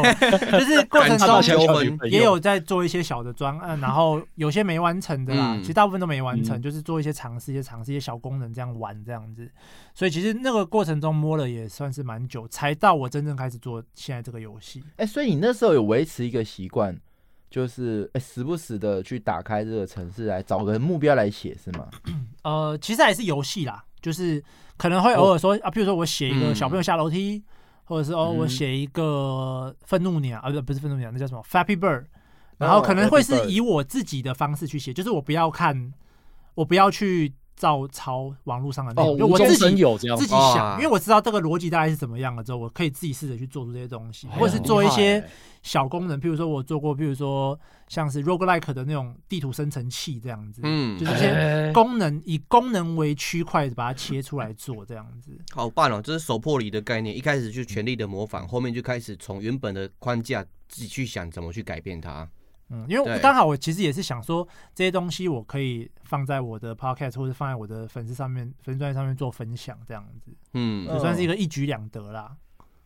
就是过
感
程中
情
小
纠
小
纷
也有在做一些小的专案，然后有些没完成的啦，
嗯
其实大部分都没完成，
嗯
就是做一些尝试、一些尝试、一些小功能这样玩这样子。所以其实那个过程中摸了也算是蛮久，才到我真正开始做现在这个游戏。
哎，所以你那时候有维持一个习惯，就是哎时不时的去打开这个城市来找个目标来写是吗？
呃，其实还是游戏啦，就是可能会偶尔说、啊，譬如说我写一个
嗯
小朋友下楼梯，或者是哦
嗯
我写一个愤怒鸟啊，不不是愤怒鸟，那叫什么 Flappy Bird，然
哦
后可能会是
Flappy Bird
以我自己的方式去写，就是我不要看，我不要去照抄网络上的内
哦，
容，就
无
我
中
自
生
己。
有这啊样
自
子，
己想，
哇
因为我知道这个逻辑大概是怎么样了之后，我可以自己试着去做出这些东西，
哎呀
或者是
很
做一
厉害
些
欸
小功能，譬如说我做过，譬如说像是 roguelike 的那种地图生成器这样子，
嗯
就是一些
哎
功能以功能为区块把它切出来做这样子。
好棒哦，这是手破离的概念，一开始就全力的模仿，后面就开始从原本的框架自己去想怎么去改变它。
嗯，因为我
对
刚好我其实也是想说这些东西我可以放在我的 podcast 或者放在我的粉丝上面、粉丝专页上面做分享，这样子
嗯，
嗯
也算是一个一举两得啦。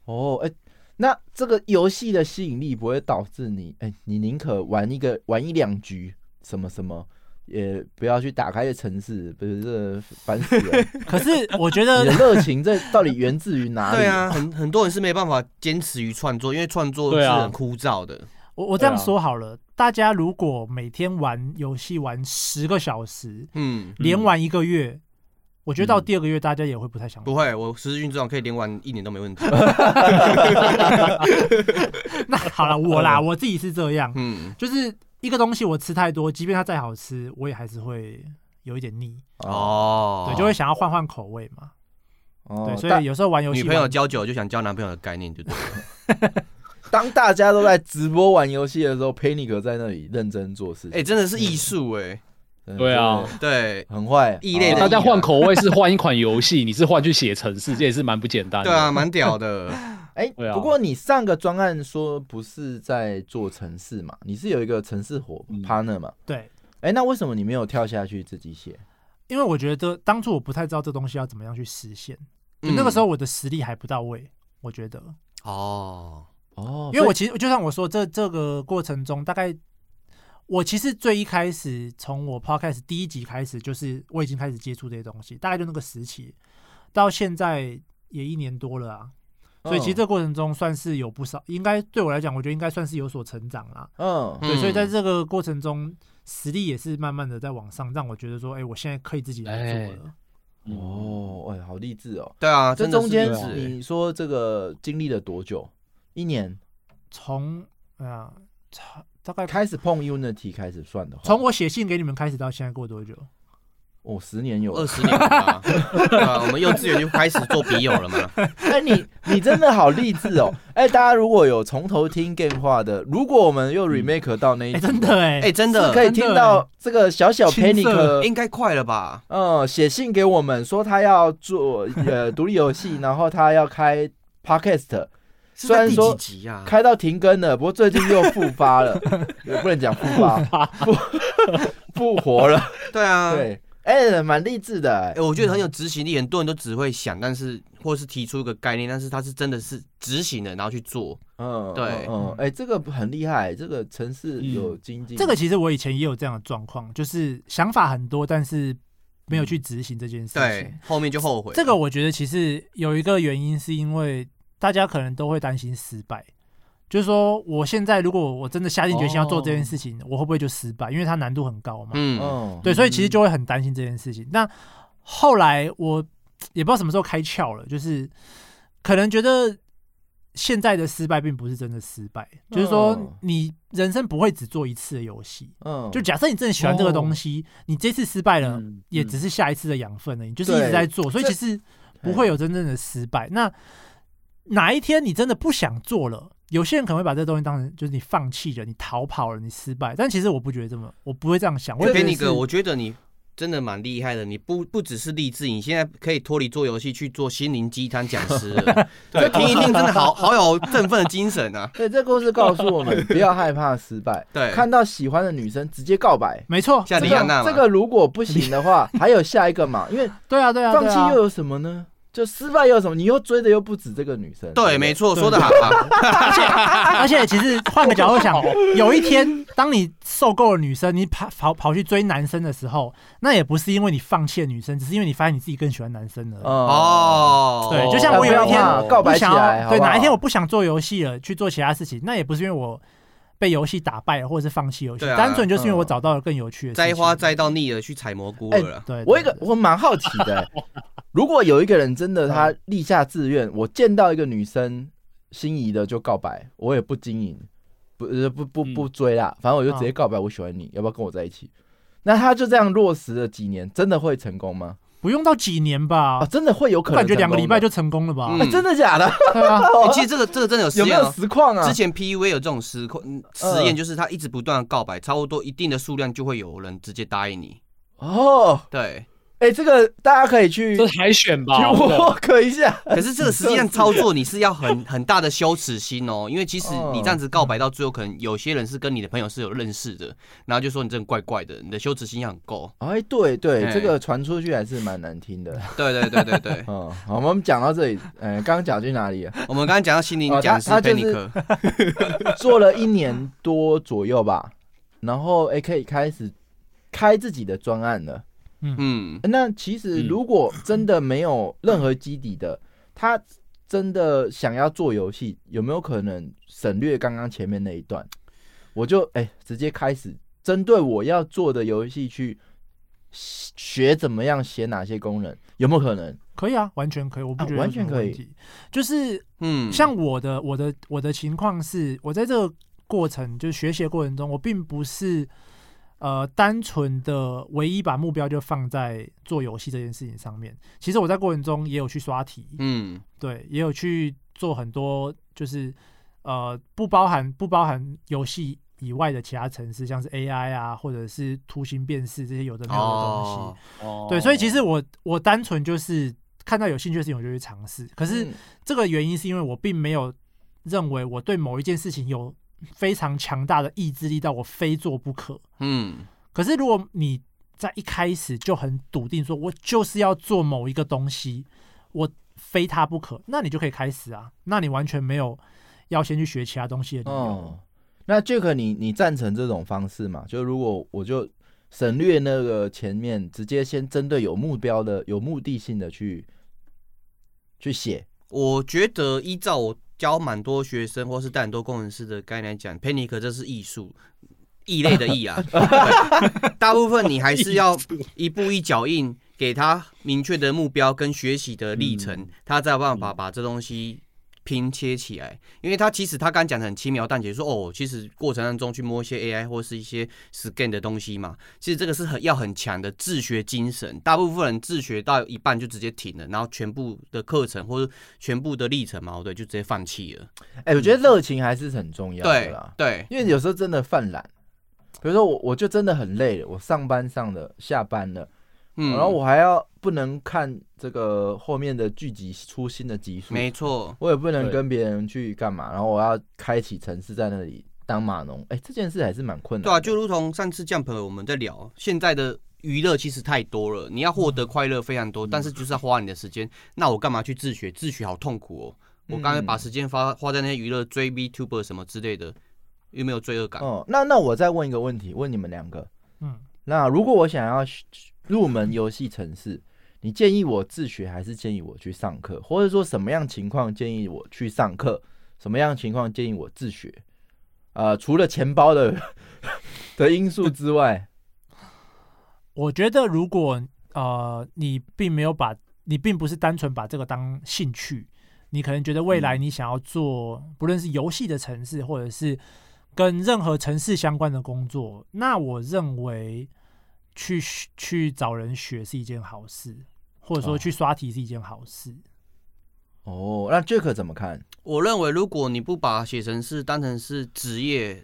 哦，哎、那这个游戏的吸引力不会导致你，哎、你宁可玩一个玩一两局什么什么，也不要去打开这城市，不是这烦死 了。
可是我觉
你
得
的热情这到底源自于哪里？
对，啊，很很多人是没办法坚持于创作，因为创作
对
是
啊
很枯燥的。
我我这样
对啊
说好了，大家如果每天玩游戏玩十个小时，
嗯，
连
嗯
玩一个月，我觉得到
嗯
第二个月大家也会不太想玩。
不会，我十字军这种可以连玩一年都没问题。
那好了，我啦，我自己是这样，
嗯，
就是一个东西我吃太多，即便它再好吃，我也还是会有一点腻，
哦，
哦，
对，就会想要换换口味嘛。
哦
对，所
但
以有时候玩游戏
女
玩，
朋友交久就想交男朋友的概念，对不对？
当大家都在直播玩游戏的时候，佩尼克在那里认真做事
哎、
情，
真的是艺术哎，
真的
对啊
嗯
真的
对
很坏，哦
异类的
大家换
啊
口味是换一款游戏，你是换去写程式，这也是蛮不简单的。
对啊，，蛮屌 的。
哎、
对啊
不过你上个专案说不是在做城市嘛，你是有一个城市伙
嗯
partner 嘛？
对，
哎、那为什么你没有跳下去自己写？
因为我觉得当初我不太知道这东西要怎么样去实现，
嗯
就那个时候我的实力还不到位，我觉得，
哦，
哦，
因为
所以
我其实就像我说，这这个过程中，大概我其实最一开始从我 podcast 第一集开始，就是我已经开始接触这些东西，大概就那个时期，到现在也一年多了啊。所以其实这个过程中算是有不少，应该对我来讲，我觉得应该算是有所成长啦。
嗯，
嗯
对，所以在这个过程中，实力也是慢慢的在往上，让我觉得说，哎，我现在可以自己来做了。
哦，哎，好励志哦！
对啊，
这
真的
中
是
间
励志欸
你说这个经历了多久？一年，
从啊，差大概
开始碰 Unity 开始算的话，
从我写信给你们开始到现在过多久？
我十年有
二
了。
十年了吧，对啊，我们幼稚园就开始做笔友了嘛。
哎，你你真的好励志哦！ 哎，大家如果有从头听 game 话的，如果我们又 remake 到那一
哎、
集，
真的 哎、
哎，真
是可
的，
以听到这个小小
青涩
Panic，
应该快了吧？
嗯，写信给我们说他要做呃独立游戏，然后他要开 podcast，
是在
虽然
第
说
几集啊？
开到停更了，不过最近又复发了，也不能讲复发，复复活了，
对啊，
对，哎，蛮励志的哎
哎、。我觉得很有执行力，很多人都只会想，但是或是提出一个概念，但是他是真的是执行的，然后去做。
嗯，
对
嗯，哎、这个很厉害，这个城市有经济，
这个其实我以前也有这样的状况，就是想法很多，但是没有去执行这件事
对
情。，
后面就后悔。
这个我觉得其实有一个原因，是因为大家可能都会担心失败，就是说我现在如果我真的下定决心要做这件事情，我会不会就失败？因为它难度很高嘛。
嗯，
嗯，
对，所以其实
嗯
就会很担心这件事情。那后来我也不知道什么时候开窍了，就是可能觉得现在的失败并不是真的失败，就
嗯
是说你人生不会只做一次的游戏。
嗯，
就假设你真的喜欢这个东西，你这次失败了，
嗯
也只是下一次的养分而已，你就是一直在做，所以
这
其实不会有真正的失败。那哪一天你真的不想做了，有些人可能会把这东西当成就是你放弃了，你逃跑了，你失败。但其实我不觉得这么，我不会这样想。我
我
会
给
觉
你
得
一
是
个，我觉得你真的蛮厉害的，你不不只是励志，你现在可以脱离做游戏去做心灵鸡汤讲师 了。这听一听真的好好有振奋的精神啊！
对，这故事告诉我们不要害怕失败，
对，
看到喜欢的女生直接告白。
没错，
像
这
李安
个
娜嘛，
这个如果不行的话，还有下一个嘛？因为
对啊，对啊，
放
对
弃
啊
又有什么呢？就失败又有什么？你又追的又不止这个女生。
对，没
错。
错，说
对
的好啊。
而且其实换个角度想，有一天当你受够了女生，你跑跑跑去追男生的时候，那也不是因为你放弃了女生，只是因为你发现你自己更喜欢男生了。
哦，
哦，
对，就像
要
我
不
有
要
一天
怕告白
不
起
想
来，
要，对，
好不好
哪一天我不想做游戏了，去做其他事情，那也不是因为我被游戏打败了，或者是放弃游戏，
对啊
单纯就是因为我
嗯
找到了更有趣的事
摘
情
花摘到腻了，去采蘑
哎
菇了啦。
对，哎对
我有一个我蛮好奇的、欸 如果有一个人真的他
嗯
立下志愿，我见到一个女生心仪的就告白，我也不经营，不呃不不
嗯
不追啦，反正我就直接告白，我喜欢你，要不要跟我在一起？那他就这样落实了几年，真的会成功吗？
不用到几年
啊，
吧，
真的会有可
我
能
感
成
觉
功的？
两个礼拜就成功了吧？
嗯
哎、真的假的？
对啊，
欸其实这个这个真的有实
有没
验
有
哦。
实况啊
之？前 PUA 有这种实况嗯实验，就是他一直不断的告白，差不多一定的数量就会有人直接答应你。
哦，
对，
哎、这个大家可以去
这
去
是海选 吧？我不懂
work 一下。
可是这个实际上操作你是要很很大的羞耻心哦，因为其实你这样子告白到最后，可能有些人是跟你的朋友是有认识的，然后就说你真的怪怪的，你的羞耻心要很够。
哎，对对，
哎
这个传出去还是蛮难听 的。，
对对对对对
嗯，好，我们讲到这里，哎，刚刚讲去哪里了？
我们刚刚讲到心灵
哦
讲
他
师
他
佩
就是
尼克，
做了一年多左右吧，然后哎、可以开始开自己的专案了。
嗯，
那其实
嗯
如果真的没有任何基底的，他真的想要做游戏，有没有可能省略刚刚前面那一段？我就哎、直接开始针对我要做的游戏去学怎么样写哪些功能，有没有可能？
可以啊，完全可以，我不
啊
觉得有
完
什
全
么
可
问
以
题。就是
嗯，
像我的我的我的情况是，我在这个过程就是学习的过程中，我并不是呃单纯的唯一把目标就放在做游戏这件事情上面。其实我在过程中也有去刷题，
嗯
对，也有去做很多就是呃不包含不包含游戏以外的其他城市，像是 AI 啊，或者是图形辨识这些有的没有的东西。
哦，
哦
对，所以其实我我单纯就是看到有兴趣的事情我就去尝试，
可
可
嗯
是。这个原因是因为我并没有认为我对某一件事情有非常强大的意志力到我非做不可。
嗯
可是如果你在一开始就很笃定说，我就是要做某一个东西，我非它不可，那你就可以开始啊。那你完全没有要先去学其他东西的理由
哦。，那 Jack，你你赞成这种方式吗？就如果我就省略那个前面，直接先针对有目标的、有目的性的去去写。
我觉得依照我教蛮多学生或是带很多工程师的概念来讲，panic 这是艺术，异类的异啊。对大部分你还是要一步一脚印，给他明确的目标跟学习的历程，他才有办法把这东西拼切起来。因为他其实他刚讲的很轻描淡写，说哦，其实过程当中去摸一些 AI 或是一些 scan 的东西嘛，其实这个是很要很强的自学精神。大部分人自学到一半就直接停了，然后全部的课程或者全部的历程嘛，哦对，就直接放弃了。
哎、我觉得热情还是很重要的
嗯对
啦，
对，
因为有时候真的犯懒，比如说我我就真的很累了，我上班上了，下班了，
嗯，
然后我还要不能看这个后面的剧集出新的集数，
没错，
我也不能
对
跟别人去干嘛，然后我要开启城市在那里当码农，哎、这件事还是蛮困难
对
的。
啊，就如同上次酱朋友我们在聊，现在的娱乐其实太多了，你要获得快乐非常
嗯
多，但是就是要花你的时间。那我干嘛去自学？自学好痛苦哦！我刚才把时间花花在那些娱乐追 VTuber 什么之类的，有没有罪恶感？
哦，那那我再问一个问题，问你们两个，
嗯，
那如果我想要学入门游戏城市，你建议我自学还是建议我去上课，或者说什么样情况建议我去上课，什么样情况建议我自学？呃，除了钱包的 的因素之外，
我觉得如果呃你并没有把你并不是单纯把这个当兴趣，你可能觉得未
嗯
来你想要做，不论是游戏的城市或者是跟任何城市相关的工作，那我认为去学去找人学是一件好事，或者说
哦
去刷题是一件好事。，
哦，那 Jack 怎么看？
我认为，如果你不把写程式当成是职业，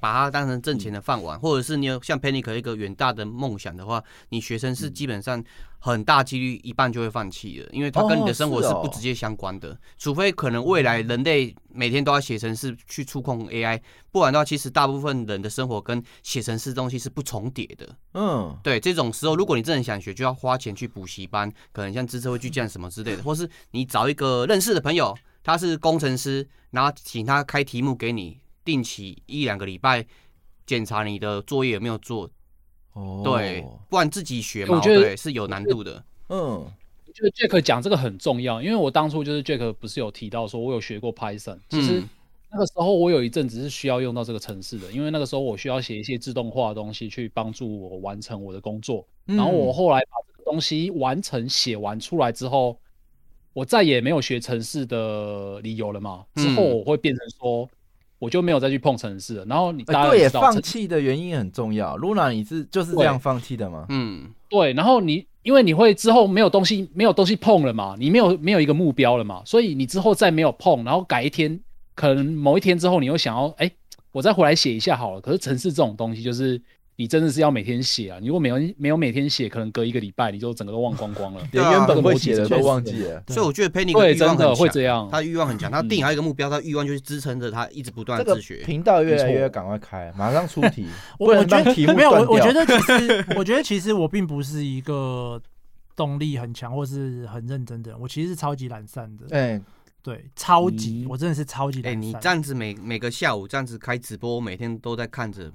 把它当成挣钱的饭碗，或者是你有像 Panic 一个远大的梦想的话，你学生是基本上很大几率一半就会放弃了，因为它跟你的生活是不直接相关的。除非可能未来人类每天都要写程式去触控 AI，不然的话，其实大部分人的生活跟写程式东西是不重叠的。
嗯，
对，这种时候，如果你真的想学，就要花钱去补习班，可能像自社会巨匠什么之类的，或是你找一个认识的朋友，他是工程师，然后请他开题目给你，定期一两个礼拜检查你的作业有没有做，
哦，
对，不然自己学嘛，
我觉得
对，是有难度的，
嗯，
我觉得 Jack 讲这个很重要，因为我当初就是 Jack 不是有提到说我有学过 Python，其实
嗯
那个时候我有一阵子是需要用到这个程式的，因为那个时候我需要写一些自动化的东西去帮助我完成我的工作。
嗯
然后我后来把这个东西完成写完出来之后，我再也没有学程式的理由了嘛。之后
嗯
我会变成说，我就没有再去碰程式了。然后你大
哎
家
对
也
耶，
知道，
放弃的原因也很重要。Luna，你是就是这
对
样放弃的吗？
嗯，
对，然后你因为你会之后没有东西，没有东西碰了嘛，你没有没有一个目标了嘛，所以你之后再没有碰，然后改一天，可能某一天之后你又想要，哎，我再回来写一下好了。可是城市这种东西，就是你真的是要每天写啊，你如果没有没有每天写，可能隔一个礼拜你就整个都忘光光了。
连
对啊
原本
这个
会
逻辑
写的
是
都
确实
忘
的
记了。
所以我觉得 Penny
对，
欲望
真
很
的会
强
这样。
他欲望很强，他定
嗯
好一个目标，他欲望就是支撑着他一直不断
这
的
个
自学。
频道越来
没
越
错
赶快开，马上出题
我
不
我
能
觉
让
得
题目
没有，
断
我我觉
掉
得其实，我觉得其实我并不是一个动力很强或是很认真的人，我其实是超级懒散的。
哎，
对，超级，
嗯
我真的是超级
哎、
懒散。
你这样子每每个下午这样子开直播，我每天都在看着，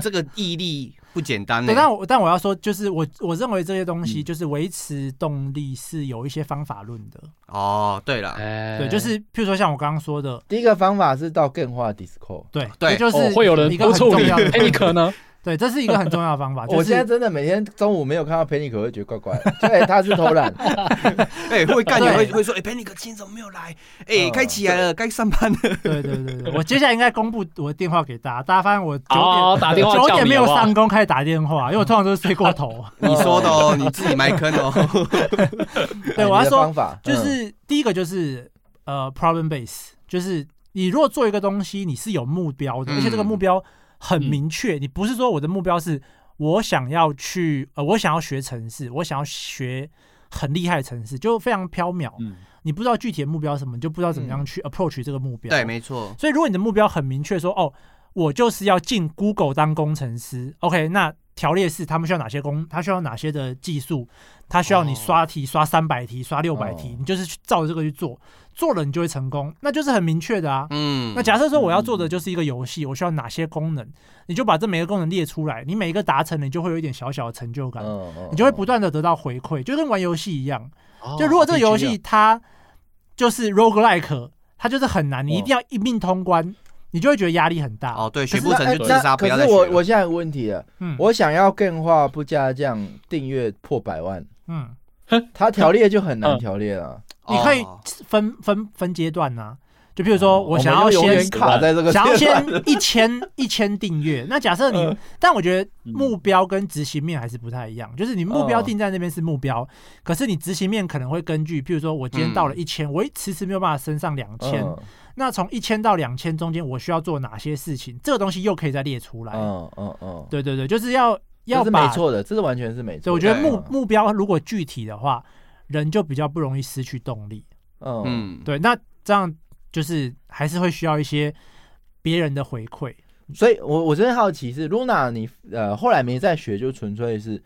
这个毅力不简单呢、
对，但我但我要说，就是我我认为这些东西
嗯
就是维持动力是有一些方法论的。
哦，对了，
哎
对，就是譬如说像我刚刚说的，
第一个方法是到更化 Discord。
对，
对
这就
哦
是，
会有人
一个
督
很
促
重
你。
要的，
哎，你可能
对，这是一个很重要的 方法。
我
啊就是
现在真的每天中午没有看到 Penny，可会觉得怪怪的。对，他是偷 懒。
哎、会干也
对哦
会会说，哎、p e n n y 哥今天怎么没有来？哎、
嗯
该起来了，该上班了。
对对对对，我接下来应该公布我的电话给大家，大家发现 我九
好
点
打电话
九
叫
点
哦你
没有
好不好
上工开始打电话，因为我通常都是睡过头。
你说的哦，你自己埋坑哦。
对
哎
我要
你的
说
方法嗯
就是第一个就是呃 problem base，就是你如果做一个东西，你是有目标的，
嗯
而且这个目标很明确，你不是说我的目标是我想要去呃我想要学城市，我想要学很厉害的城市，就非常缥缈，
嗯，
你不知道具体的目标是什么，你就不知道怎么样去 approach 这个目标。
嗯对，没错。
所以如果你的目标很明确说，哦，我就是要进 Google 当工程师，OK，那条列式他们需要哪些工，他需要哪些的技术，他需要你
哦
刷题、刷三百题、刷六百题，
哦
你就是去照着这个去做，做了你就会成功，那就是很明确的啊。
嗯，
那假设说我要做的就是一个游戏，我需要哪些功能，你就把这每个功能列出来，你每一个达成了，你就会有一点小小的成就
哦
感，
嗯，嗯
你就会
嗯
不断的得到回馈，就跟玩游戏一样。
哦
就如果这个游戏
RPG 啊
它就是 roguelike，它就是很
哦
难，你一定要一命通关，你就会觉得压力很大。
哦，对，
可
学
是
不
那
成
哎
就自
那
杀，不
可
要
是
再学
我
了。
我现在有个问题了，
嗯，
我想要更化不加酱订阅破百万，
嗯，
他条列就很难
嗯
条列了。
你可以
哦
分分分阶段呐、啊就譬如说我想要
哦们就永
先
远卡在这个
想要
阶段
先一千一千 订阅，那假设你，
嗯
但我觉得目标跟执行面还是不太一样，就是你目标
嗯
定在那边是目标，可是你执行面可能会根据，譬如说我今天到了一千、我迟迟没有办法升上两千、
嗯
那从一千到两千中间我需要做哪些事情，这个东西又可以再列出来。
嗯嗯嗯，
对对对，就是要要
这是没
把，
错的，这是完全是没错的。
对，我觉得
对啊
目目标如果具体的话，人就比较不容易失去动力。
嗯嗯
嗯，
对，那这样就是还是会需要一些别人的回馈。
所以我我真的好奇是，Luna，你呃后来没再学，就纯粹是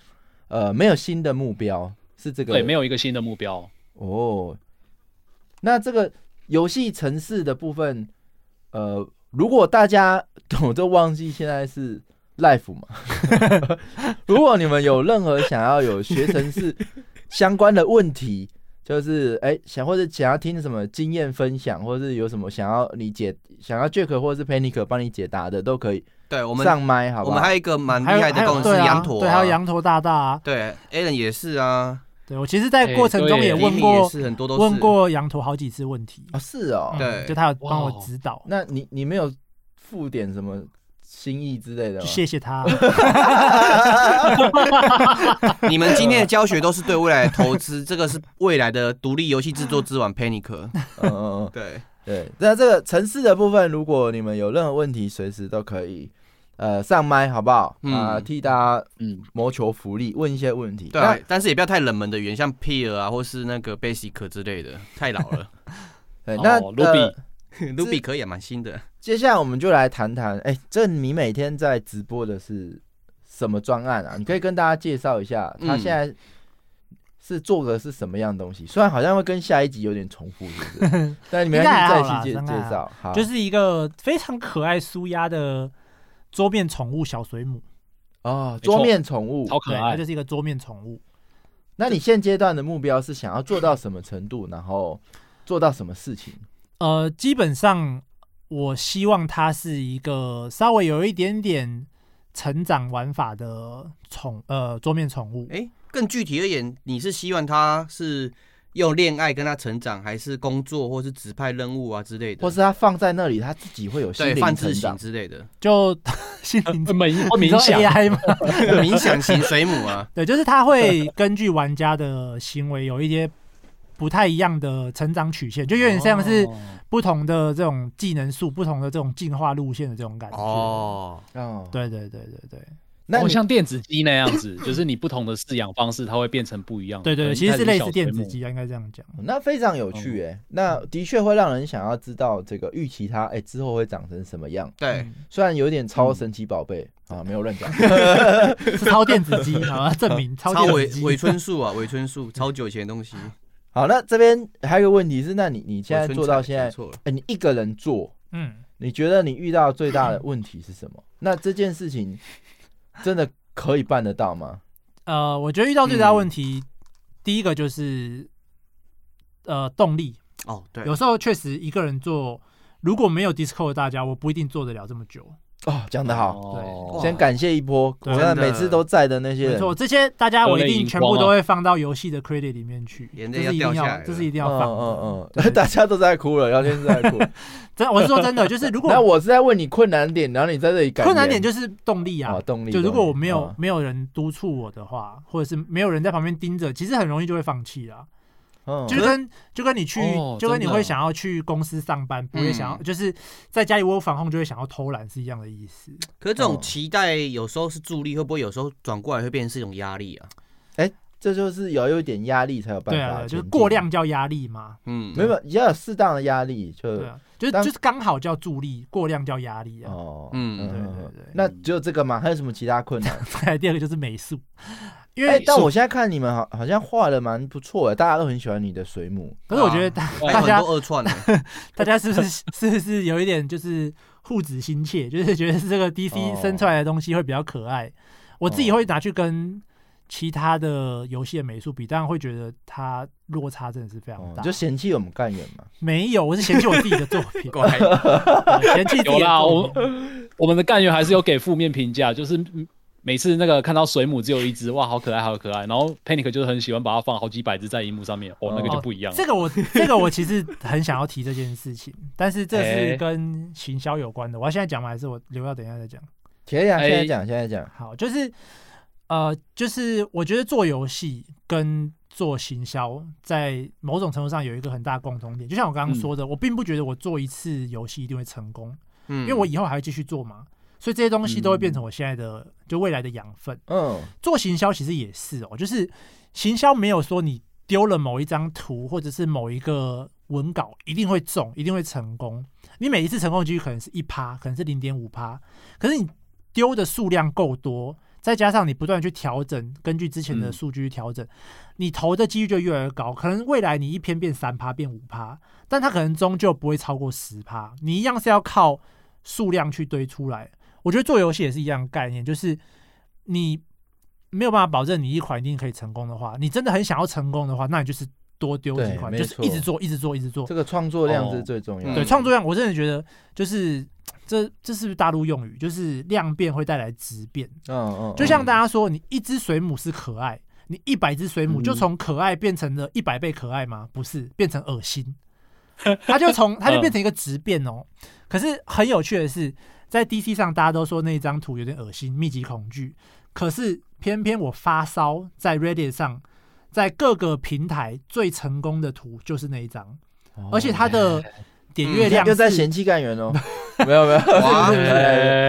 呃没有新的目标，是这个
对，没有一个新的目标。
哦。那这个游戏城市的部分，呃，如果大家我都忘记现在是 Life 嘛， 如果你们有任何想要有学城 市相关的问题，就是哎、想或者想要听什么经验分享，或是有什么想要你解想要 Jack 或是 Panic 帮你解答的，都可以
对，我们
上麦好
我
不
们
好？
还有一个蛮厉
还有
害
还
的
有
公司
对啊
羊驼啊，
对，还有羊驼大大啊。
对 a l n 也是啊，
对我其实，在过程中
哎
也
对
问
Lily 也
过
是很哦多都是
问，过羊驼好几次问题，
啊，是哦，
嗯
对嗯
就他有帮我
哇哦
指导，
那你你没有附点什么心意之类的
就
吗？
谢 谢他。
你们今天的 教学都是对未来的投资，这个是未来的独立游戏制作之王 Panic。
嗯嗯嗯，
对，
对。那这个城市的部分，如果你们有任何问题，随时都可以呃上麦，好不好？
嗯
啊，替大家
嗯，
谋求福利，问一些问题。
对啊，但是也不要太冷门的语言，像 Peer 啊，或是那个 Basic 之类的，太老 了。
那对
哦
那
，Ruby
呃
Ruby 可以啊，蛮新的。
接下来我们就来谈谈，哎，这你每天在直播的是什么专案啊？你可以跟大家介绍一下，他
嗯
现在是做的是什么样的东西？虽然好像会跟下一集有点重复，是不 是？但你们
应该还
再
好
去
啦
介
应
介
该还好
绍，好，
就是一个非常可爱、舒压的桌面宠物小水母，
哦，
错
桌面宠物。
超可
对，它
爱
就。是一个桌面宠物。
那你现阶段的目标是想要做到什么程度，然后做到什么事情？
呃，基本上我希望它是一个稍微有一点点成长玩法的宠呃桌面宠物。
哎，更具体而言，你是希望他是用恋爱跟他成长，还是工作或是指派任务啊之类的，
或是他放在那里，他自己会有心
对
灵
泛
成
智型
长？
之类的
就心灵
呃冥
你
冥
说
想，
AI 吗？
冥想型水母啊？
对，就是它会根据玩家的行为有一些不太一样的成长曲线，就有点像是
哦
不同的这种技能树、不同的这种进化路线的这种感 觉。，
哦，
哦，
对对对对对
那
哦
你
像电子鸡那样子，就是你不同的饲养方式，它会变成不一样的。
对对
哦可
对，
能一开
其实是
始
类
小
似电
水
子
母
鸡，啊，应该这样讲。
那非常有趣
嗯
诶、那的确会让人想要知道这个预期它诶、之后会长成什么样。
对，
嗯，
虽然有点超神奇宝贝、啊，没有乱讲。
是超电子鸡，好， 证明超
超
电
尾
子鸡。
尾春树啊，尾春 树，超久以前的东西。
好，那这边还有一个问题是，那你你现在
尾春
做到
菜
现在
讲，错了，
哎、你一个人做，
嗯，
你觉得你遇到最大的问题是什么？那这件事情真的可以办得到吗？
呃，我觉得遇到最大问题，第一个就是呃动力，
哦，对，
有时候确实一个人做，如果没有 Discord 的大家，我不一定做得了这么久。
哦，讲得好，
哦
先感谢一波，
对
我看
真的
每次都在的那些
没
人，
错，这些大家我
热
一
泪
定
盈
全
光
部
啊
都会放到游戏的 credit 里面去，
眼
这
泪要
是一
掉
定
下来
要，
了
这是一
嗯
定要放的。
嗯
对
嗯， 大家都在哭了，聊天都在 哭。
真我是说真的，就是如果
那我是在问你困难点，然后你在这里感
困难点就是动力啊
啊，动力。哦
就如果我没有、
动力，
没有人督促我的话，或者是没有人在旁边盯着，其实很容易就会放弃啦。
嗯
就跟就跟你去，
哦
就跟你
真的
会想要去公司上班，不会
嗯
想要、就是在家里窝房控就会想要偷懒是一样的意思。
可是这
哦
种期待有时候是助力，会不会有时候转过来会变成是一种压力啊？
这就是有有一点压力才有办
对
法
啊，对啊
前
就
进
是过量，叫压力嘛。
嗯，
没有，要有适当的压力，就
对啊，就是
呃当
就是刚好叫助力，过量叫压力 啊。
哦，
嗯
对
嗯
对
嗯
对。
那只有这个吗？还有什么其他困 难？
再来第二个就是美术，因
哎
为，
但我现在看你们好好像画的蛮不错的，大家都很喜欢你的水母。
可是我觉得大
还
哦
大
有
家
很多二 创的，
大家是不是 是不是有一点就是护子心切，就是觉得是这个
哦
DC 生出来的东西会比较可爱。我自己会拿去跟其他的游戏的美术比，当然会觉得它落差真的是非常
哦
大。
就嫌弃我们干员嘛？
没有，我是嫌弃我自己的作 品，
乖
对嫌弃自己
有
的
啦
作品。
我们的干员还是有给负面评价，就是嗯每次那个看到水母只有一只，哇，好可爱，好可爱。然后 Panic 就是很喜欢把它放好几百只在荧幕上面，哦，那个就不一样了。
这个我这个我其实很想要提这件事情，但是这
哎
是跟行销有关的。我要现在讲吗？还是我留到等一下再讲？
可以啊，
哎
现在讲，现在讲，
好，就是呃，就是我觉得做游戏跟做行销在某种程度上有一个很大共同点，就像我刚刚说的，我并不觉得我做一次游戏一定会成功，
嗯，
因为我以后还会继续做嘛。所以这些东西都会变成我现在的、就未来的养分。
嗯，
做行销其实也是哦，就是行销没有说你丢了某一张图或者是某一个文稿一定会中，一定会成功。你每一次成功的几率可能是一趴，可能是零点五趴，可是你丢的数量够多，再加上你不断地去调整，根据之前的
嗯
数据去调整，你投的几率就越来越高。可能未来你一篇变三趴，变五趴，但它可能终究不会超过十趴，你一样是要靠数量去堆出来。我觉得做游戏也是一样的概念，就是你没有办法保证你一款一定可以成功的话，你真的很想要成功的话，那你就是多丢几
对
款，
没
就是
错
一直做，一直做，一直做
这。个创作量是最重要
哦
的。
对，
嗯
创作量我真的觉得就是这这是不是大陆用语？就是量变会带来质变，
嗯嗯，
就像大家说，你一只水母是可爱，你一百只水母就从可爱变成了一百倍可爱吗？不是，变成恶心，它就从它就变成一个质变哦。可是很有趣的是，在 DC 上大家都说那一张图有点恶心，密集恐惧，可是偏偏我发烧在 Reddit 上，在各个平台最成功的图就是那一张，
嗯
而且它的点阅
嗯
量
又在
是
嫌弃干员哦， 没有没有，
哇
哎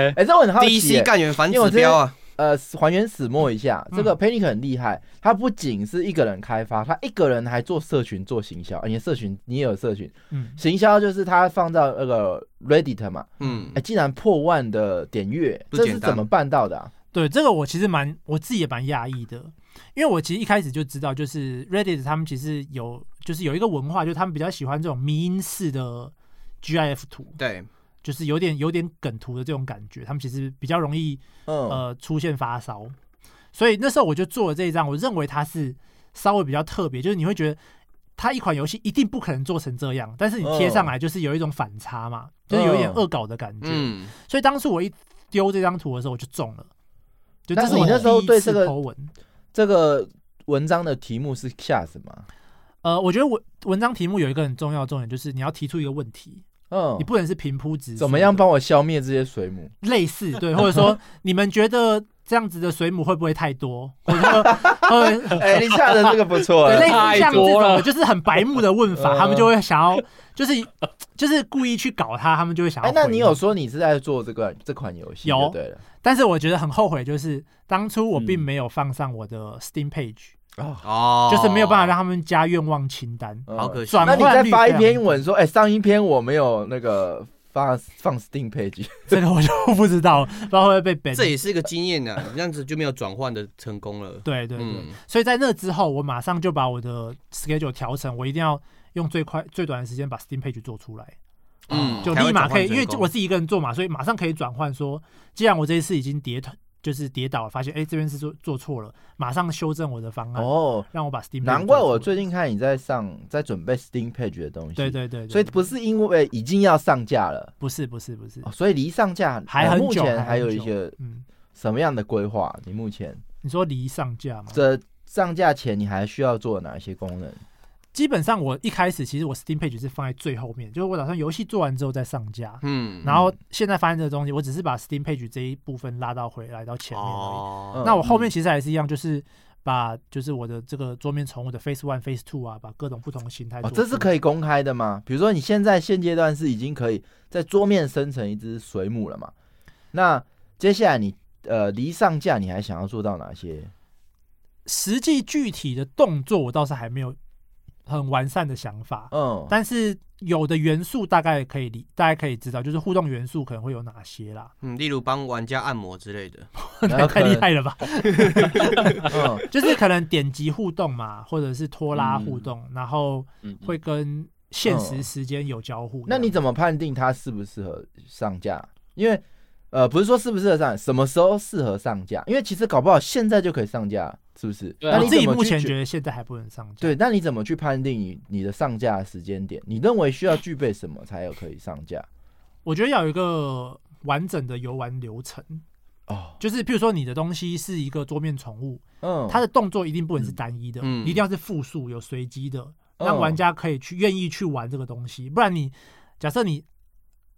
哎，
哎，这我很好奇耶
DC，干员反
因为我
指
之前
标啊，
呃，还原始末一下，
嗯
这个 Panic 很厉害，他不仅是一个人开发，他一个人还做社群做行销，哎你的社群你也有社群，
嗯
行销就是他放到那个 Reddit 嘛，
嗯
哎，，竟然破万的点阅，
不
这
简
是
单
怎么办到的啊？
对，这个我其实蛮我自己也蛮讶异的，因为我其实一开始就知道，就是 Reddit 他们其实有就是有一个文化，就是他们比较喜欢这种迷因式的 GIF 图，
对，
就是有点有点梗图的这种感觉，他们其实比较容易
嗯，
呃出现发烧，所以那时候我就做了这一张，我认为它是稍微比较特别，就是你会觉得。它一款游戏一定不可能做成这样，但是你贴上来就是有一种反差嘛，就是有一点
嗯
恶搞的感觉。
嗯，
所以当初我一丢这张图的时候，我就中了。就
但
这
是
我
你那时候
第一
对
次
这个
po 文，
这个文章的题目是吓什么？
呃，我觉得文文章题目有一个很重要的重点，就是你要提出一个问题，
嗯
你，不能是平铺直叙的。
怎么样帮我消灭这些水 母？
类似对，或 者说你们觉得这样子的水母会不会太多？或者说， 呃，
哎，你下的这个不错
对，类
哎，
似像这
太多
种
了
就是很白目的问 法，
嗯
他们就会想要，就是就是故意去搞他，他们就会想要。
哎那你有？说你是在做这个这款游戏？
有
对了，
但是我觉得很后悔，就是当初我
嗯
并没有放上我的 Steam page，
啊，
哦，
就是没有办法让他们加愿望清单。
嗯
好可惜，
转
那
换
你再
率
发
非
一
常
篇
低
文说，哎，上一篇我没有那个放放 Steam page，
这个我就不知道，不知道会不会被 ban。
这也是一个经验呐，这样子就没有转换的成功了，
对对对，
嗯
所以在那之后，我马上就把我的 schedule 调成，我一定要用最快最短的时间把 Steam page 做出来，
哦
嗯，
就
才会
立马
转
可
换
以，因为
成功
我自己一个人做嘛，所以马上可以转换说，既然我这一次已经跌团，就是跌倒了，发现哎、诶这边是做做错了，马上修正我的方案，
哦，
让我把 Steam page
难怪
做出
我
来
最近看你在上在准备 Steam page 的东西，
对对对对
所以不
对
是因为已经要上架了，
不是不是不是
哦，所以离上架
还
呃
很
目
久，
前还
很
有一
久
些
嗯，
什么样的规划？你目前
你说离上架吗？
这上架前你还需要做哪些功能？
基本上我一开始其实我 Steam page 是放在最后面，就是我打算游戏做完之后再上架，
嗯，
然后现在发现这个东西，我只是把 Steam page 这一部分拉到回来到前面而已。
哦
嗯
那我后面其实还是一样，就是把就是我的这个桌面宠物的 Face One、Face Two 啊，把各种不同的形态做
哦，
出来。
这是可以公开的吗？比如说你现在现阶段是已经可以在桌面生成一只水母了嘛？那接下来你呃离上架你还想要做到哪些？
实际具体的动作，我倒是还没有很完善的想法，
嗯，
但是有的元素大概可以理，大概可以知道，就是互动元素可能会有哪些啦。
嗯，例如帮玩家按摩之类的，
然后
太厉害
了，
了吧！
嗯
就是可能点击互动嘛，或者是拖拉互动，然后
嗯嗯
会跟现实
嗯
时间有交互这样。
那你怎么判定它适不适合上架？因为呃，不是说适不适合上，什么时候适合上架？因为其实搞不好现在就可以上架，是不是？
对啊
那
我
你
自
怎
己
么
目
去
前
决
觉得现在还不能上架。
对，那你怎么去判定你你的上架时间点？你认为需要具备什么才有可以上架？
我觉得要有一个完整的游玩流程，
哦，
就是譬如说你的东西是一个桌面宠物，
嗯，
它的动作一定不能是单一的，
嗯
一定要是复数有随机的，
嗯
让玩家可以去愿意去玩这个东西。不然你假设你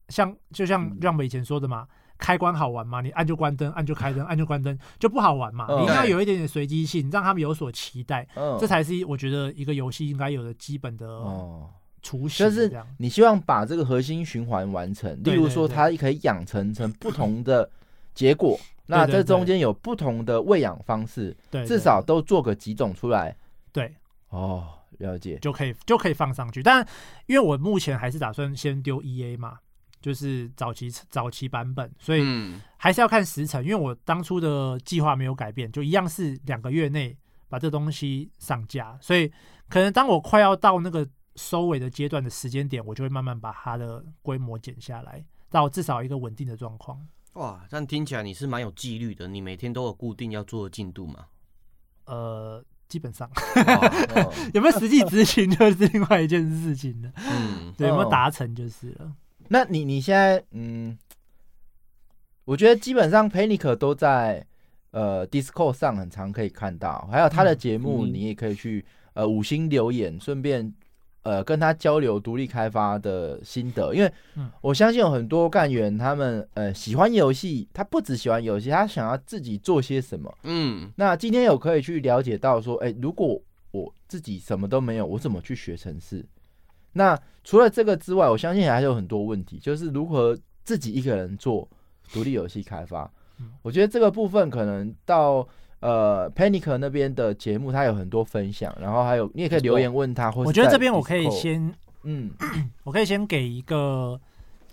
像就像
嗯
让我们以前说的嘛，开关好玩嘛，你按就关灯，按就开灯，按就关灯就不好玩嘛。
嗯
你一定要有一点点随机性，让他们有所期待，
嗯，
这才嗯是我觉得一个游戏应该有的基本的
哦，
雏形。
就是
这样
你希望把这个核心循环完成，例
对
如
对
说
对
它可以养成成不同的结果，那
对
这
对
中间有不同的喂养方式，
对，
至
对
少都做个几种出来。
对。
哦，了 解，
就可以就可以放上去。但因为我目前还是打算先丢 E A 嘛，就是早期早期版本，所以
嗯，
还是要看时程。因为我当初的计划没有改变，就一样是两个月内把这东西上架。所以可能当我快要到那个收尾的阶段的时间点，我就会慢慢把它的规模减下来，到至少一个稳定的状况。
哇，但听起来你是蛮有纪律的，你每天都有固定要做的进度嘛？
呃，基本上
哇
哦
有没有 实际执行就是另外一件事情了，
嗯，
对，有没
哦
有达成就是了。
那你你现在嗯，我觉得基本上 Panic 都在呃 Discord 上很常可以看到，还有他的节目
嗯
你也可以去、呃五星留言，顺便呃跟他交流独立开发的心得，因为
嗯
我相信有很多干员他们呃喜欢游戏，他不只喜欢游戏，他想要自己做些什么。
嗯，
那今天有可以去了解到说，哎、如果我自己什么都没有，我怎么去学城市？那除了这个之外，我相信还有很多问题，就是如何自己一个人做独立游戏开发
嗯。
我觉得这个部分可能到呃 Panic 那边的节目，他有很多分享，然后还有你也可以留言问他，或是
我觉得
在
这边我可以
Discord
先
嗯，
我可以先给一个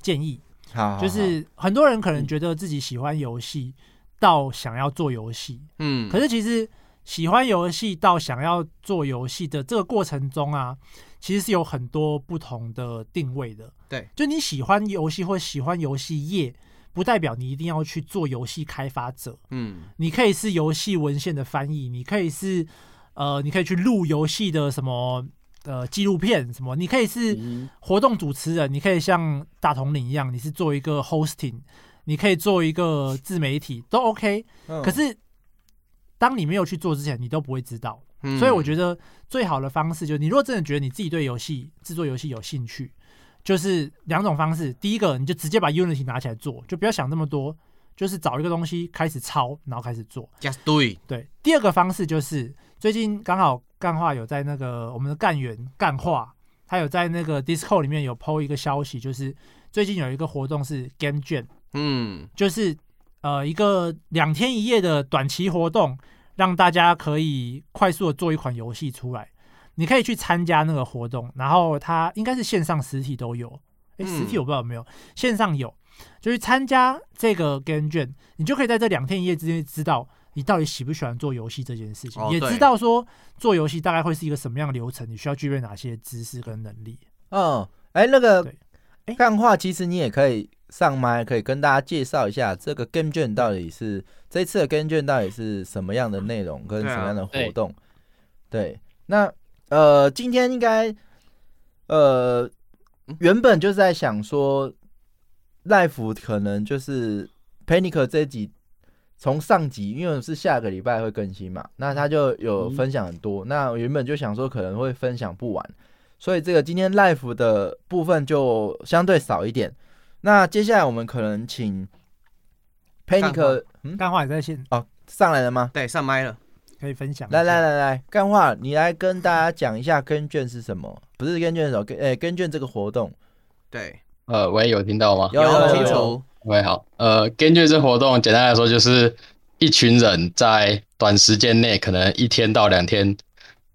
建议，
好好好嗯
就是很多人可能觉得自己喜欢游戏到想要做游戏，
嗯，
可是其实喜欢游戏到想要做游戏的这个过程中啊，其实是有很多不同的定位的。
对，
就你喜欢游戏或喜欢游戏业，不代表你一定要去做游戏开发者，
嗯，
你可以是游戏文献的翻译，你可以是呃，你可以去录游戏的什么呃纪录片什么，你可以是。
嗯
活动主持人，你可以像大统领一样，你是做一个 hosting，你可以做一个自媒体都 OK。
嗯
可是当你没有去做之前，你都不会知道。
嗯
所以我觉得最好的方式就是，你如果真的觉得你自己对游戏制作游戏有兴趣，就是两种方式。第一个，你就直接把 Unity 拿起来做，就不要想那么多，就是找一个东西开始抄，然后开始做。
just do it，
对，第二个方式就是最近刚好干话有在那个我们的干员干话，他有在那个 Discord 里面有 PO 一个消息，就是最近有一个活动是 Game Jam，
嗯，
就是呃一个两天一夜的短期活动，让大家可以快速的做一款游戏出来。你可以去参加那个活动，然后它应该是线上、实体都有。诶，
嗯
实体我不知道有没有，线上有，就是参加这个 Game Jam，你就可以在这两天一夜之间知道你到底喜不喜欢做游戏这件事情，
哦
也
对
知道说做游戏大概会是一个什么样的流程，你需要具备哪些知识跟能力。
嗯，哎、那个
对
哎干话，其实你也可以上麦，可以跟大家介绍一下这个 game 卷到底是这一次的 game 卷到底是什么样的内容跟
对啊
什么样的活动。对，那呃，今天应该呃原本就是在想说，life 可能就是 panic 这一集。从上集，因为是下个礼拜会更新嘛，那他就有分享很多。那我原本就想说可能会分享不完，所以这个今天 live 的部分就相对少一点。那接下来我们可能请
干
Panic 嗯
干话也在线
上来了吗？
对，上麦了，
可以分享一下。
来来来来，干话，你来跟大家讲一下跟卷是什么？不是跟卷是什么？跟呃跟卷这个活动
对，
呃，喂，有听到吗？
有有有
清
有，
楚，
喂，好，呃，根据这活动，简单来说就是一群人在短时间内，可能一天到两天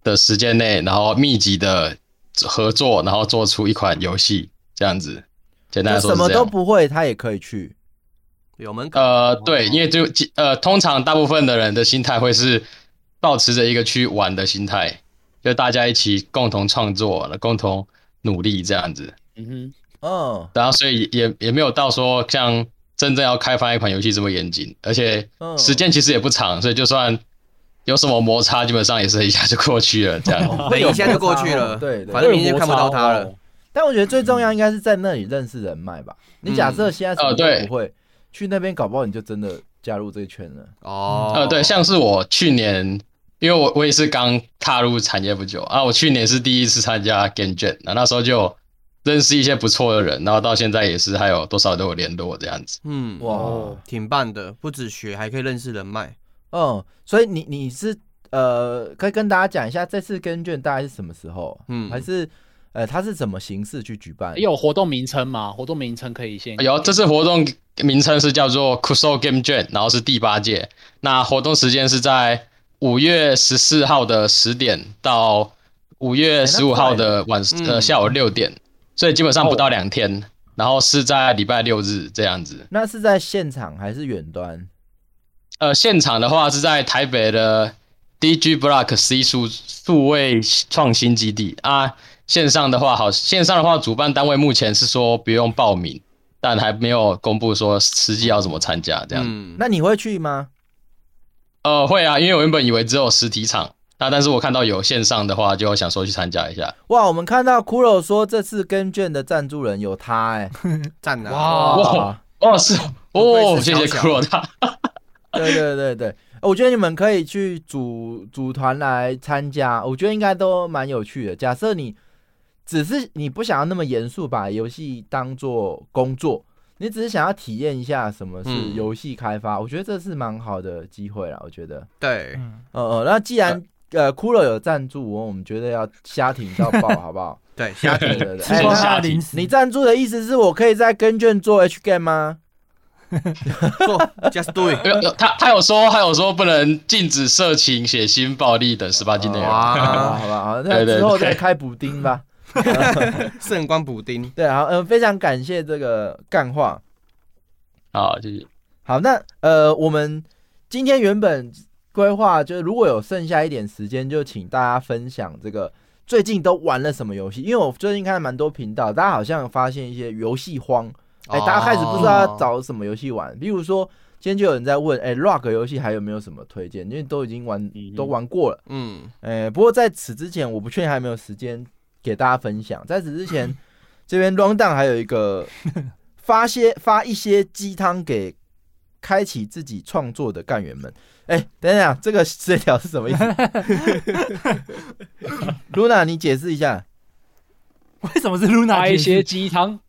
的时间内，然后密集的合作，然后做出一款游戏，这样子。简单来
就什
说是
么
这
都
样。
不会，他也可以去。
有门槛，
呃，对，因为就呃，通常大部分的人的心态会是保持着一个去玩的心态，就大家一起共同创作，共同努力这样子。
嗯哼，
嗯
然啊后所以也也没有到说像真正要开发一款游戏这么严谨，而且
嗯
时间其实也不长，所以就算有什么摩擦，基本上也是一下就过去了这样。
等一下就过去
哦
了，
对对
反正明天就看不到他了，
但我觉得最重要应该是在那里认识人脉吧。你假设现在什么
呃对
都不会，去那边搞不好你就真的加入这个圈了。
哦，
呃，对，像是我去年，因为我我也是刚踏入产业不久啊，我去年是第一次参加 Game Jam，那那时候就认识一些不错的人，然后到现在也是还有多少都有联络这样子。
嗯，
哇，
挺棒的，不止学，还可以认识人脉。
嗯，所以你你是呃，可以跟大家讲一下这次跟卷大概是什么时候？
嗯
还是呃，它是怎么形式去举
哎
办？
有活动名称吗？活动名称可以先
有这次活动名称是叫做 Kuso Game Jam，然后是第八届，那活动时间是在五月十四号的十点到五月十五号的晚、呃
嗯
下午六点，所以基本上不到两天，然后是在礼拜六日这样子。
那是在现场还是远端？
呃，现场的话是在台北的 DG Block C 数数位创新基地啊。线上的话，好，线上的话，主办单位目前是说不用报名，但还没有公布说实际要怎么参加这样。
嗯，
那你会去吗？
呃，会啊，因为我原本以为只有实体场，那但是我看到有线上的话，就想说去参加一下。
哇，我们看到骷髅说这次跟卷的赞助人有他哎、
赞啊！
哇
哇哦，是
不
哦，
愧是
谢
小
谢
小
骷髅大。
对对对对，我觉得你们可以去组组团来参加，我觉得应该都蛮有趣的。假设你只是你不想要那么严肃，把游戏当做工作，你只是想要体验一下什么是
嗯
游戏开发，我觉得这是蛮好的机会啦。我觉得，
对，
嗯，
呃呃，那既然呃骷髅有赞助我，我们觉得要瞎挺到爆，好不好？
对，下
瞎 挺对对对，
吃
哎
爆
那
他
下
的
题
零食，
你赞助的意思是我可以在跟卷做 H game 吗？
做 just do it。
没有呃他他有说，他有说不能禁止色情、血腥、暴力等十八禁内容。
哦好吧，
哇，
好吧，好，那
啊对对
之后
对
再开补丁吧。
圣光补丁，
对，好，呃，非常感谢这个干话。
好，谢谢。
好，那呃，我们今天原本规划就是如果有剩下一点时间，就请大家分享这个最近都玩了什么游戏，因为我最近看蛮多频道，大家好像有发现一些游戏荒，哎、大家开始不知道
哦
要找什么游戏玩，比如说。今天就有人在问，哎、r o c k 游戏还有没有什么推荐？因为都已经玩，都玩过了。
嗯，
呃，不过在此之前，我不确定还有没有时间给大家分享。在此之 前，这边 round down 还有一个发些发一些鸡汤给开启自己创作的干员们。哎、等等啊，这个这条是什么意思 ？Luna，你解释一下，
为什么是 Luna
发一些
解
鸡
释
汤，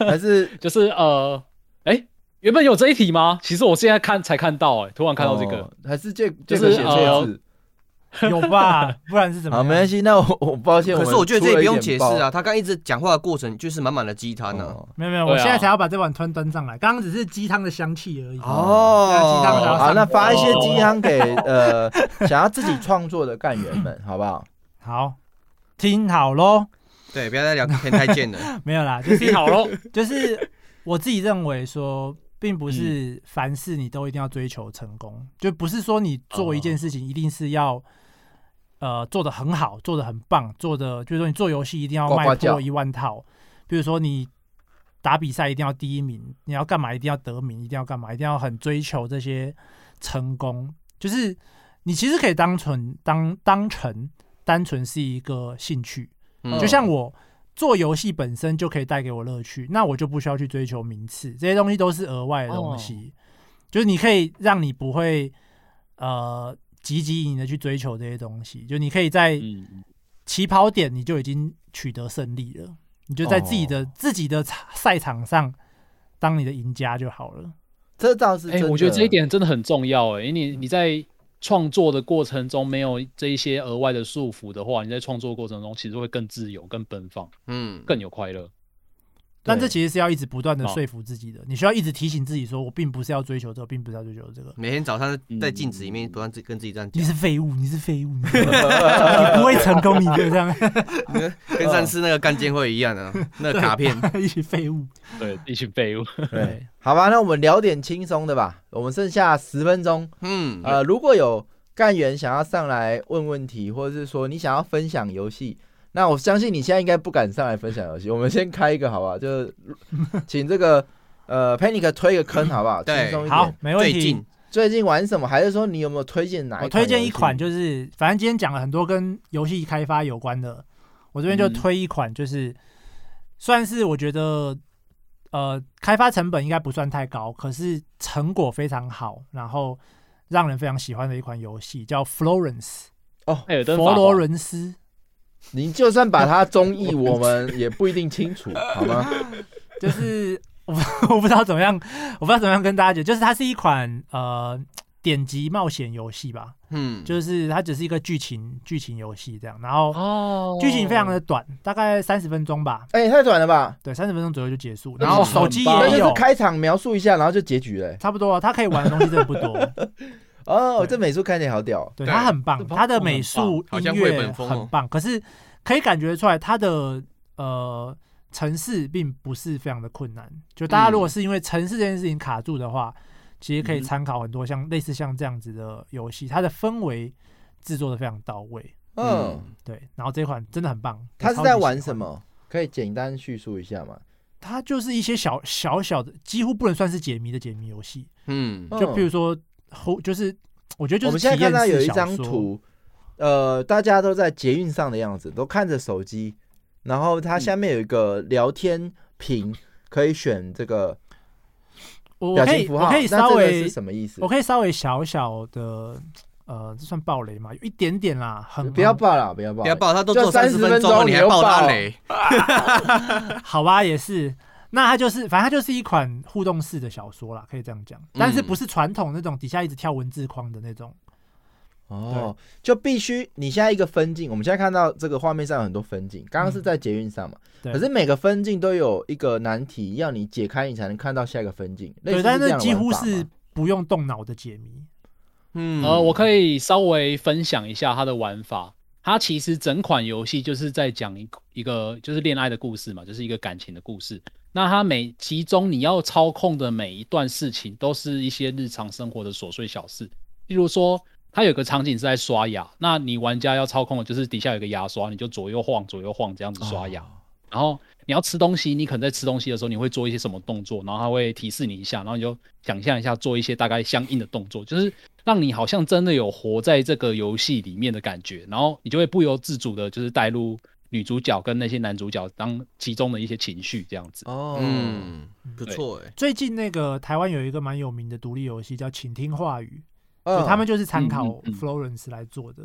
还 是
就是呃，哎，原本有这一题吗？其实我现在看才看到，哎，突然看到这个，
哦还是这这
就是
个写错
呃
哦
字？
有吧？不然是怎么
好，
样？
没关系，那我我抱歉，
可
们
是我觉得这也
出了
不
一
用
点
解释
包
啊，。他刚一直讲话的过程就是满满的鸡汤呢。
哦
没有没有，
对啊
我现在才要把这碗端端上来，刚刚只是鸡汤的香气而已。
哦
那鸡汤想要
好，
上
那发一些鸡汤给呃想要自己创作的干员们，好不好？
好，听好喽，
对，不要再聊天太贱了。
没有啦，就
你
是
好喽，
就是我自己认为说，并不
嗯
是凡事你都一定要追求成功，就不是说你做一件事情一定是要。呃，做的很好，做的很棒，做的就是说你做游戏一定要
呱呱
卖
叫
破一万套，比如说你打比赛一定要第一名，你要干嘛一定要得名，一定要干嘛一定要很追求这些成功，就是你其实可以当成当当成单纯是一个兴趣，
嗯
就像我做游戏本身就可以带给我乐趣，那我就不需要去追求名次，这些东西都是额外的东西。就是你可以让你不会呃汲汲营营的去追求这些东西，就你可以在
嗯，
起跑点你就已经取得胜利了，你就在自己的、自己的场赛场上当你的赢家就好了。
这倒是真
哎，
的。
我觉得这一点真的很重要，哎，因为你你在创作的过程中没有这一些额外的束缚的话，你在创作过程中其实会更自由、更奔放、
嗯，
更有快乐。
但这其实是要一直不断的说服自己的，你需要一直提醒自己说，我并不是要追求这个，并不是要追求这个。
每天早上在镜子里面不断自跟自己这样
你
讲，
是废物，你是废物，你是废物 你不会成功，你就这样
跟上次那个干监会一样啊，那个 卡片。
一起废物。
对，一群废物。
对，好吧，那我们聊点轻松的吧。我们剩下十分钟，
嗯，
呃，如果有干员想要上来问问题，或者是说你想要分享游戏，那我相信你现在应该不敢上来分享游戏。 我们先开一个，好不好？就是请这个呃 Panic 推个坑，好不好？轻
对
松一
好
点。，
没问
最
题
近。
最近玩什么？还是说你有没有推荐哪一？
我推荐一款，就是反正今天讲了很多跟游戏开发有关的，我这边就
嗯
推一款，就是、算是我觉得呃，开发成本应该不算太高，可是成果非常好，然后让人非常喜欢的一款游戏叫 Florence
哦，
艾尔登
佛
法
罗
环，
伦斯。
你就算把它中译，我们也不一定清楚，好吗？
就是我不 我不知道怎么样，我不知道怎么样跟大家讲，就是它是一款呃点击冒险游戏吧，
嗯，
就是它只是一个剧情剧情游戏这样，然后
哦，
剧情非常的短，大概三十分钟吧，
哎、太短了吧？
对，三十分钟左右就结束，
那
然后
就是很
手机
棒
那
也
就是
有。
开场描述一下，然后就结局嘞、
差不多啊，它可以玩的东西真的不多，
哦，
对
这美术看起来好屌，
对
对
它很棒
这，包
它的
装很
美术、
好
音
像绘
乐
本风哦
很棒，可是可以感觉出来它的呃城市并不是非常的困难。就大家如果是因为城市这件事情卡住的话，其实可以参考很多像类似像这样子的游戏，它的氛围制作的非常到位。
嗯，
对，然后这款真的很棒。
他
我
是
超级
在
喜
玩
欢
什？么？可以简单叙述一下吗？
它就是一些小小小的，几乎不能算是解谜的解谜游戏。
嗯，
嗯
就比如说，后就是我觉得就是
我们现在
体验
看到有
式
一
小
张
说，
图，呃，大家都在捷运上的样子，都看着手机，然后
嗯
它下面有一个聊天屏，可以选这个
我
表
可
情
以
符
我
号。
可以
那
稍
这个
微
是什么意思
我？可以稍微小小的，呃，这算暴雷吗？有一点点啦，很
不要爆了，不要爆
不
啦，
要爆，他都
就
做
30
30分
分钟
你还
你又
爆他
爆
雷，
好吧，也是。那它就是，反正它就是一款互动式的小说啦，可以这样讲。
嗯
但是不是传统那种底下一直跳文字框的那种，
哦，就必须你现在一个分镜，我们现在看到这个画面上有很多分镜，刚刚是
嗯
在捷运上嘛，
对
可是每个分镜都有一个难题，要你解开你才能看到下一个分镜，类似
对，
这样
但
的
是几乎
玩法吗
是不用动脑的解谜。
嗯，
呃，我可以稍微分享一下它的玩法。它其实整款游戏就是在讲一一个就是恋爱的故事嘛，就是一个感情的故事。那它每其中你要操控的每一段事情，都是一些日常生活的琐碎小事。例如说，它有个场景是在刷牙，那你玩家要操控的就是底下有个牙刷，你就左右晃左右晃这样子刷牙。然后你要吃东西，你可能在吃东西的时候，你会做一些什么动作，然后它会提示你一下，然后你就想象一下做一些大概相应的动作，就是让你好像真的有活在这个游戏里面的感觉，然后你就会不由自主的，就是带入女主角跟那些男主角当其中的一些情绪这样子。
哦，嗯，
嗯，不错哎，
最近那个台湾有一个蛮有名的独立游戏叫《请听话语》，就他们就是参考
嗯嗯嗯
Florence 来做的。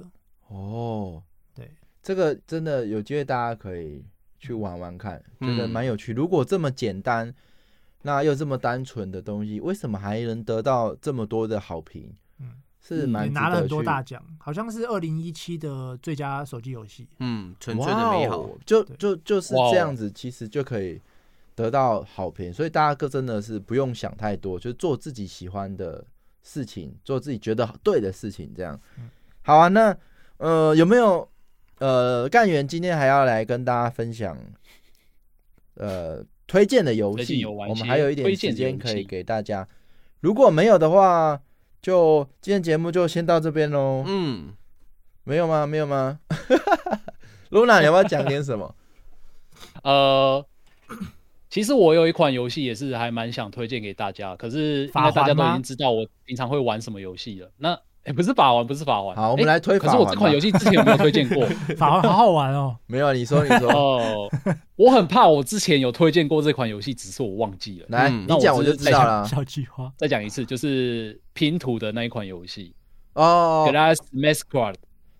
哦，
对，
这个真的有机会大家可以去玩玩看，
嗯
觉得蛮有趣。如果这么简单，那又这么单纯的东西，为什么还能得到这么多的好评？
嗯
是
嗯
蛮
也
值
拿了
得
很多
去
大奖，好像是二零一七的最佳手机游 戏。
嗯，纯粹的美
哇
好
哦，就
对
就就是
哇哦
这样子，其实就可以得到好评。所以大家哥真的是不用想太多，就是做自己喜欢的事情，做自己觉得对的事情，这样
嗯。
好啊，那呃有没有呃干员今天还要来跟大家分享呃推荐的游
最
戏
近？有玩一
我
些
们还有一点
推荐
时
的
间
游
可以
戏
给大家，如果没有的话，就今天节目就先到这边喽。
嗯，
没有吗？没有吗 ？Luna，你要不要讲点什 么？
呃，其实我有一款游戏也是还蛮想推荐给大家，可是应该大家
法
都
环
已
吗
经知道我平常会玩什么游戏了。那 诶不是法环，不是法环。
好，我
诶
们来推
可
法
是
环吧。
我这款游戏之前有没有推 荐过？
法环好好玩哦，
没有，你说你说，
哦，我很怕我之前有推荐过这款游戏，只是我忘记了。
来，
嗯
你讲我就知道
啊
了。
小计划。
再讲一次，就是拼图的那一款游戏
哦，
，Glass Masquerade，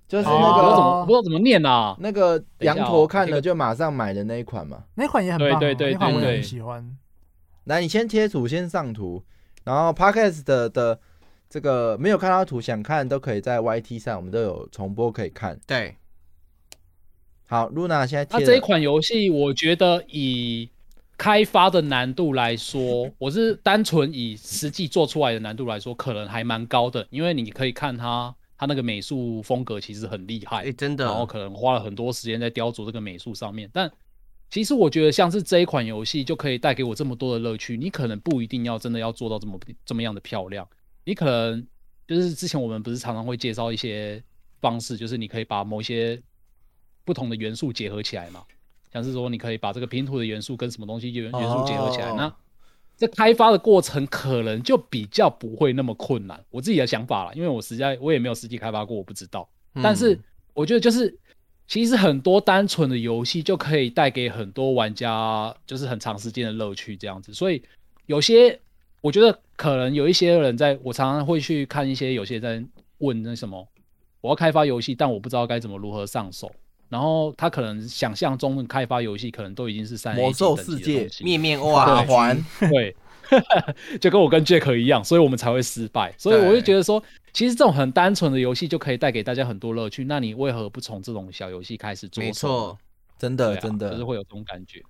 就是
哎
那
我不知道怎
个
么我不知道怎么念啊。
那个羊驼看了就马上买的那一款嘛。
那款也很棒、哦，
对对对
那款我也
对
对
很喜欢。
来，你先贴图，先上图，然后 Podcast 的的这个没有看到图想看都可以在 YT 上，我们都有重播可以看。
对，
好，Luna 现在
那
贴
这一
了
款游戏，我觉得以开发的难度来说， 我是单纯以实际做出来的难度来说，可能还蛮高的，因为你可以看它，它啊那个美术风格其实很厉害。
哎，真
然后
的，
可能花了很多时间在雕琢这个美术上面。但其实我觉得，像是这一款游戏就可以带给我这么多的乐趣。你可能不一定要真的要做到这么这么样的漂亮，你可能就是之前我们不是常常会介绍一些方式，就是你可以把某一些不同的元素结合起来嘛，像是说你可以把这个拼图的元素跟什么东西元元素结合起来，
哦
那这开发的过程可能就比较不会那么困难。
嗯
嗯
我自己的想法啦，因为我实在我也没有实际开发过，我不知道。但是我觉得就是其实很多单纯的游戏就可以带给很多玩家就是很长时间的乐趣这样子，所以有些我觉得可能有一些人在，我常常会去看一些有些人在问那什么，我要开发游戏，但我不知道该怎么如何上手。然后他可能想象中的开发游戏，可能都已经是三 A
魔
级
兽
等级的
世界
东西
面面
法
OR
环，
对，就跟我跟 Jack 一样，所以我们才会失败。所以我就觉得说，其实这种很单纯的游戏就可以带给大家很多乐趣。那你为何不从这种小游戏开始做？
没错，
真
对
的
啊，
真的
就是会有这种感觉。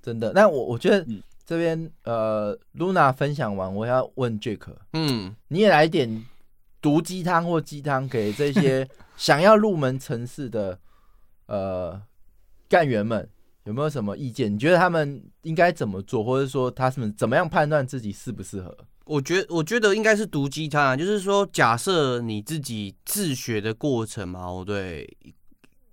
真的。那我我觉得
嗯
这边呃，Luna 分享完，我要问 Jack，
嗯，
你也来一点毒鸡汤或鸡汤给这 些想要入门城市的呃干员们，有没有什么意见？你觉得他们应该怎么做，或者说他们怎么样判断自己适不适合？
我觉我觉得应该是毒鸡汤啊，就是说，假设你自己自学的过程嘛，我对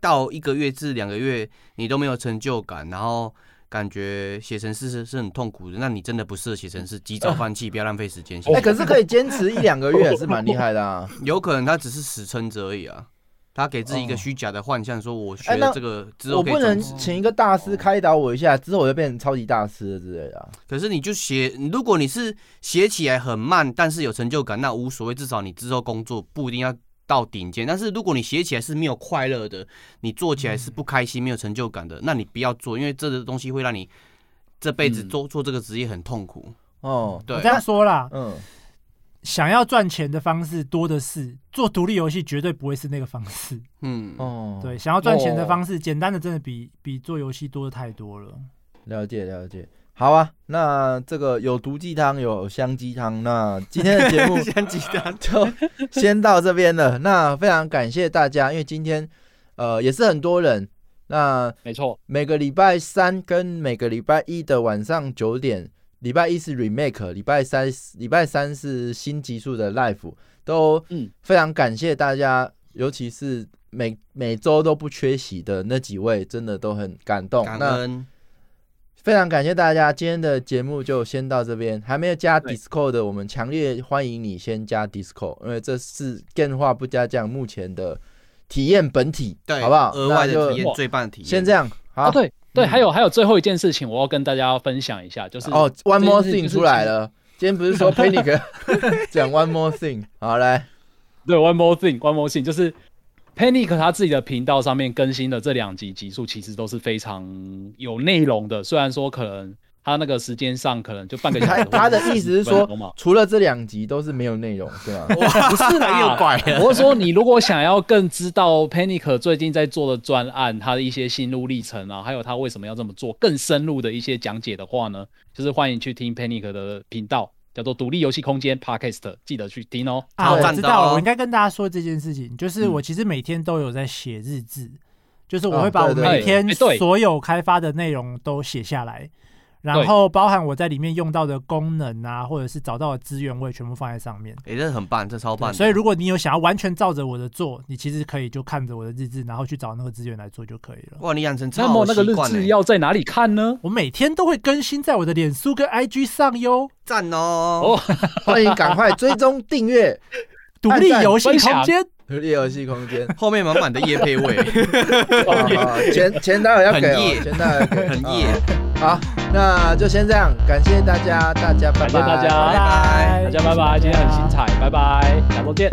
到一个月至两个月你都没有成就感，然后感觉写程式是是很痛苦的，那你真的不适合写程式，及早 放弃，不要浪费时间。
哎、可是可以坚持一两个月，也是蛮厉害的啊。
有可能他只是死撑着而已啊，他给自己一个虚假的幻象，说我学
哦哎那
了这个之
我
后可以
不能哦
转职。
请一个大师开导我一下，之后我就变成超级大师了之类的、啊。
可是你就写，如果你是写起来很慢，但是有成就感，那无所谓，至少你之后工作不一定要到顶尖。但是如果你写起来是没有快乐的，你做起来是不开心、没有成就感
嗯
的，那你不要做，因为这个东西会让你这辈子
嗯
做、做这个职业很痛苦。
哦，
对
我这，样说啦，
嗯，
想要赚钱的方式多的是，做独立游戏绝对不会是那个方式。
嗯，
哦，
对，，想要赚钱
哦
的方式，简单的真的比比做游戏多的太多了。
了解了解。好啊，那这个有毒鸡汤，有香鸡汤。那今天的节 目
像鸡蛋，
就先到这边了。那非常感谢大家，因为今天呃也是很多人。那
没错，
每个礼拜三跟每个礼拜一的晚上九点，礼拜一是 remake，礼拜三礼拜三是新集数的 live，都
嗯
非常感谢大家，尤其是每每周都不缺席的那几位，真的都很感动。
感
那
恩，
非常感谢大家，今天的节目就先到这边。还没有加
对
Discord 的，我们强烈欢迎你先加 Discord，因为这是电话不加酱目前的体验本体，
对，
好不好？
额外
那
的
就
体验，最棒的体验。
先这，样，好。
啊，对对，还有还有最后一件事情，我要跟大家分享一下，就是
哦，One More
这件事情
Thing 出来了。今天不是说 Panic 讲 One More Thing，好来，
对，One More Thing，One More Thing，就是 Panic 他自己的频道上面更新的这两集集数，其实都是非常有内容的。虽然说可能他那个时间上可能就半个小
他
时，
他的意思是
或者40分钟嘛
说，除了这两集都是没有内容，对 吗？
不是啦，又拐 了。
我是说，你如果想要更知道 Panic 最近在做的专案，他的一些心路历程啊，还有他为什么要这么做，更深入的一些讲解的话呢，就是欢迎去听 Panic 的频道，叫做独立游戏空间 Podcast，记得去听哦。
啊，
超
我
赞
知
的
道
哦
了，我应该跟大家说这件事情，就是
嗯
我其实每天都有在写日志，就是
哦
我会把我
对对
每天
哎对
所有开发的内容都写下来，然
对
后包含我在里面用到的功能啊，或者是找到的资源，我也全部放在上面。
哎、这很棒，这超棒的。
所以，如果你有想要完全照着我的做，你其实可以就看着我的日志，然后去找那个资源来做就可以了。
哇，你养成超
那
好
么
的
那个
习
日
惯欸
志
呢，
要在哪里看呢？
我每天都会更新在我的脸书跟 IG 上哟。
赞哦！
欢迎赶快追踪订阅
独
按
立
赞
游戏
分
空
享
间，
独立游戏空 间。
后面满满的夜配味，
好好钱钱待会要给
很
哦，
夜
钱待会要给，
很夜。
好，那就先这样，感谢大家，大家拜
感
拜，
谢大家
拜
大
拜
家拜拜，今天很精彩，拜拜，下周见。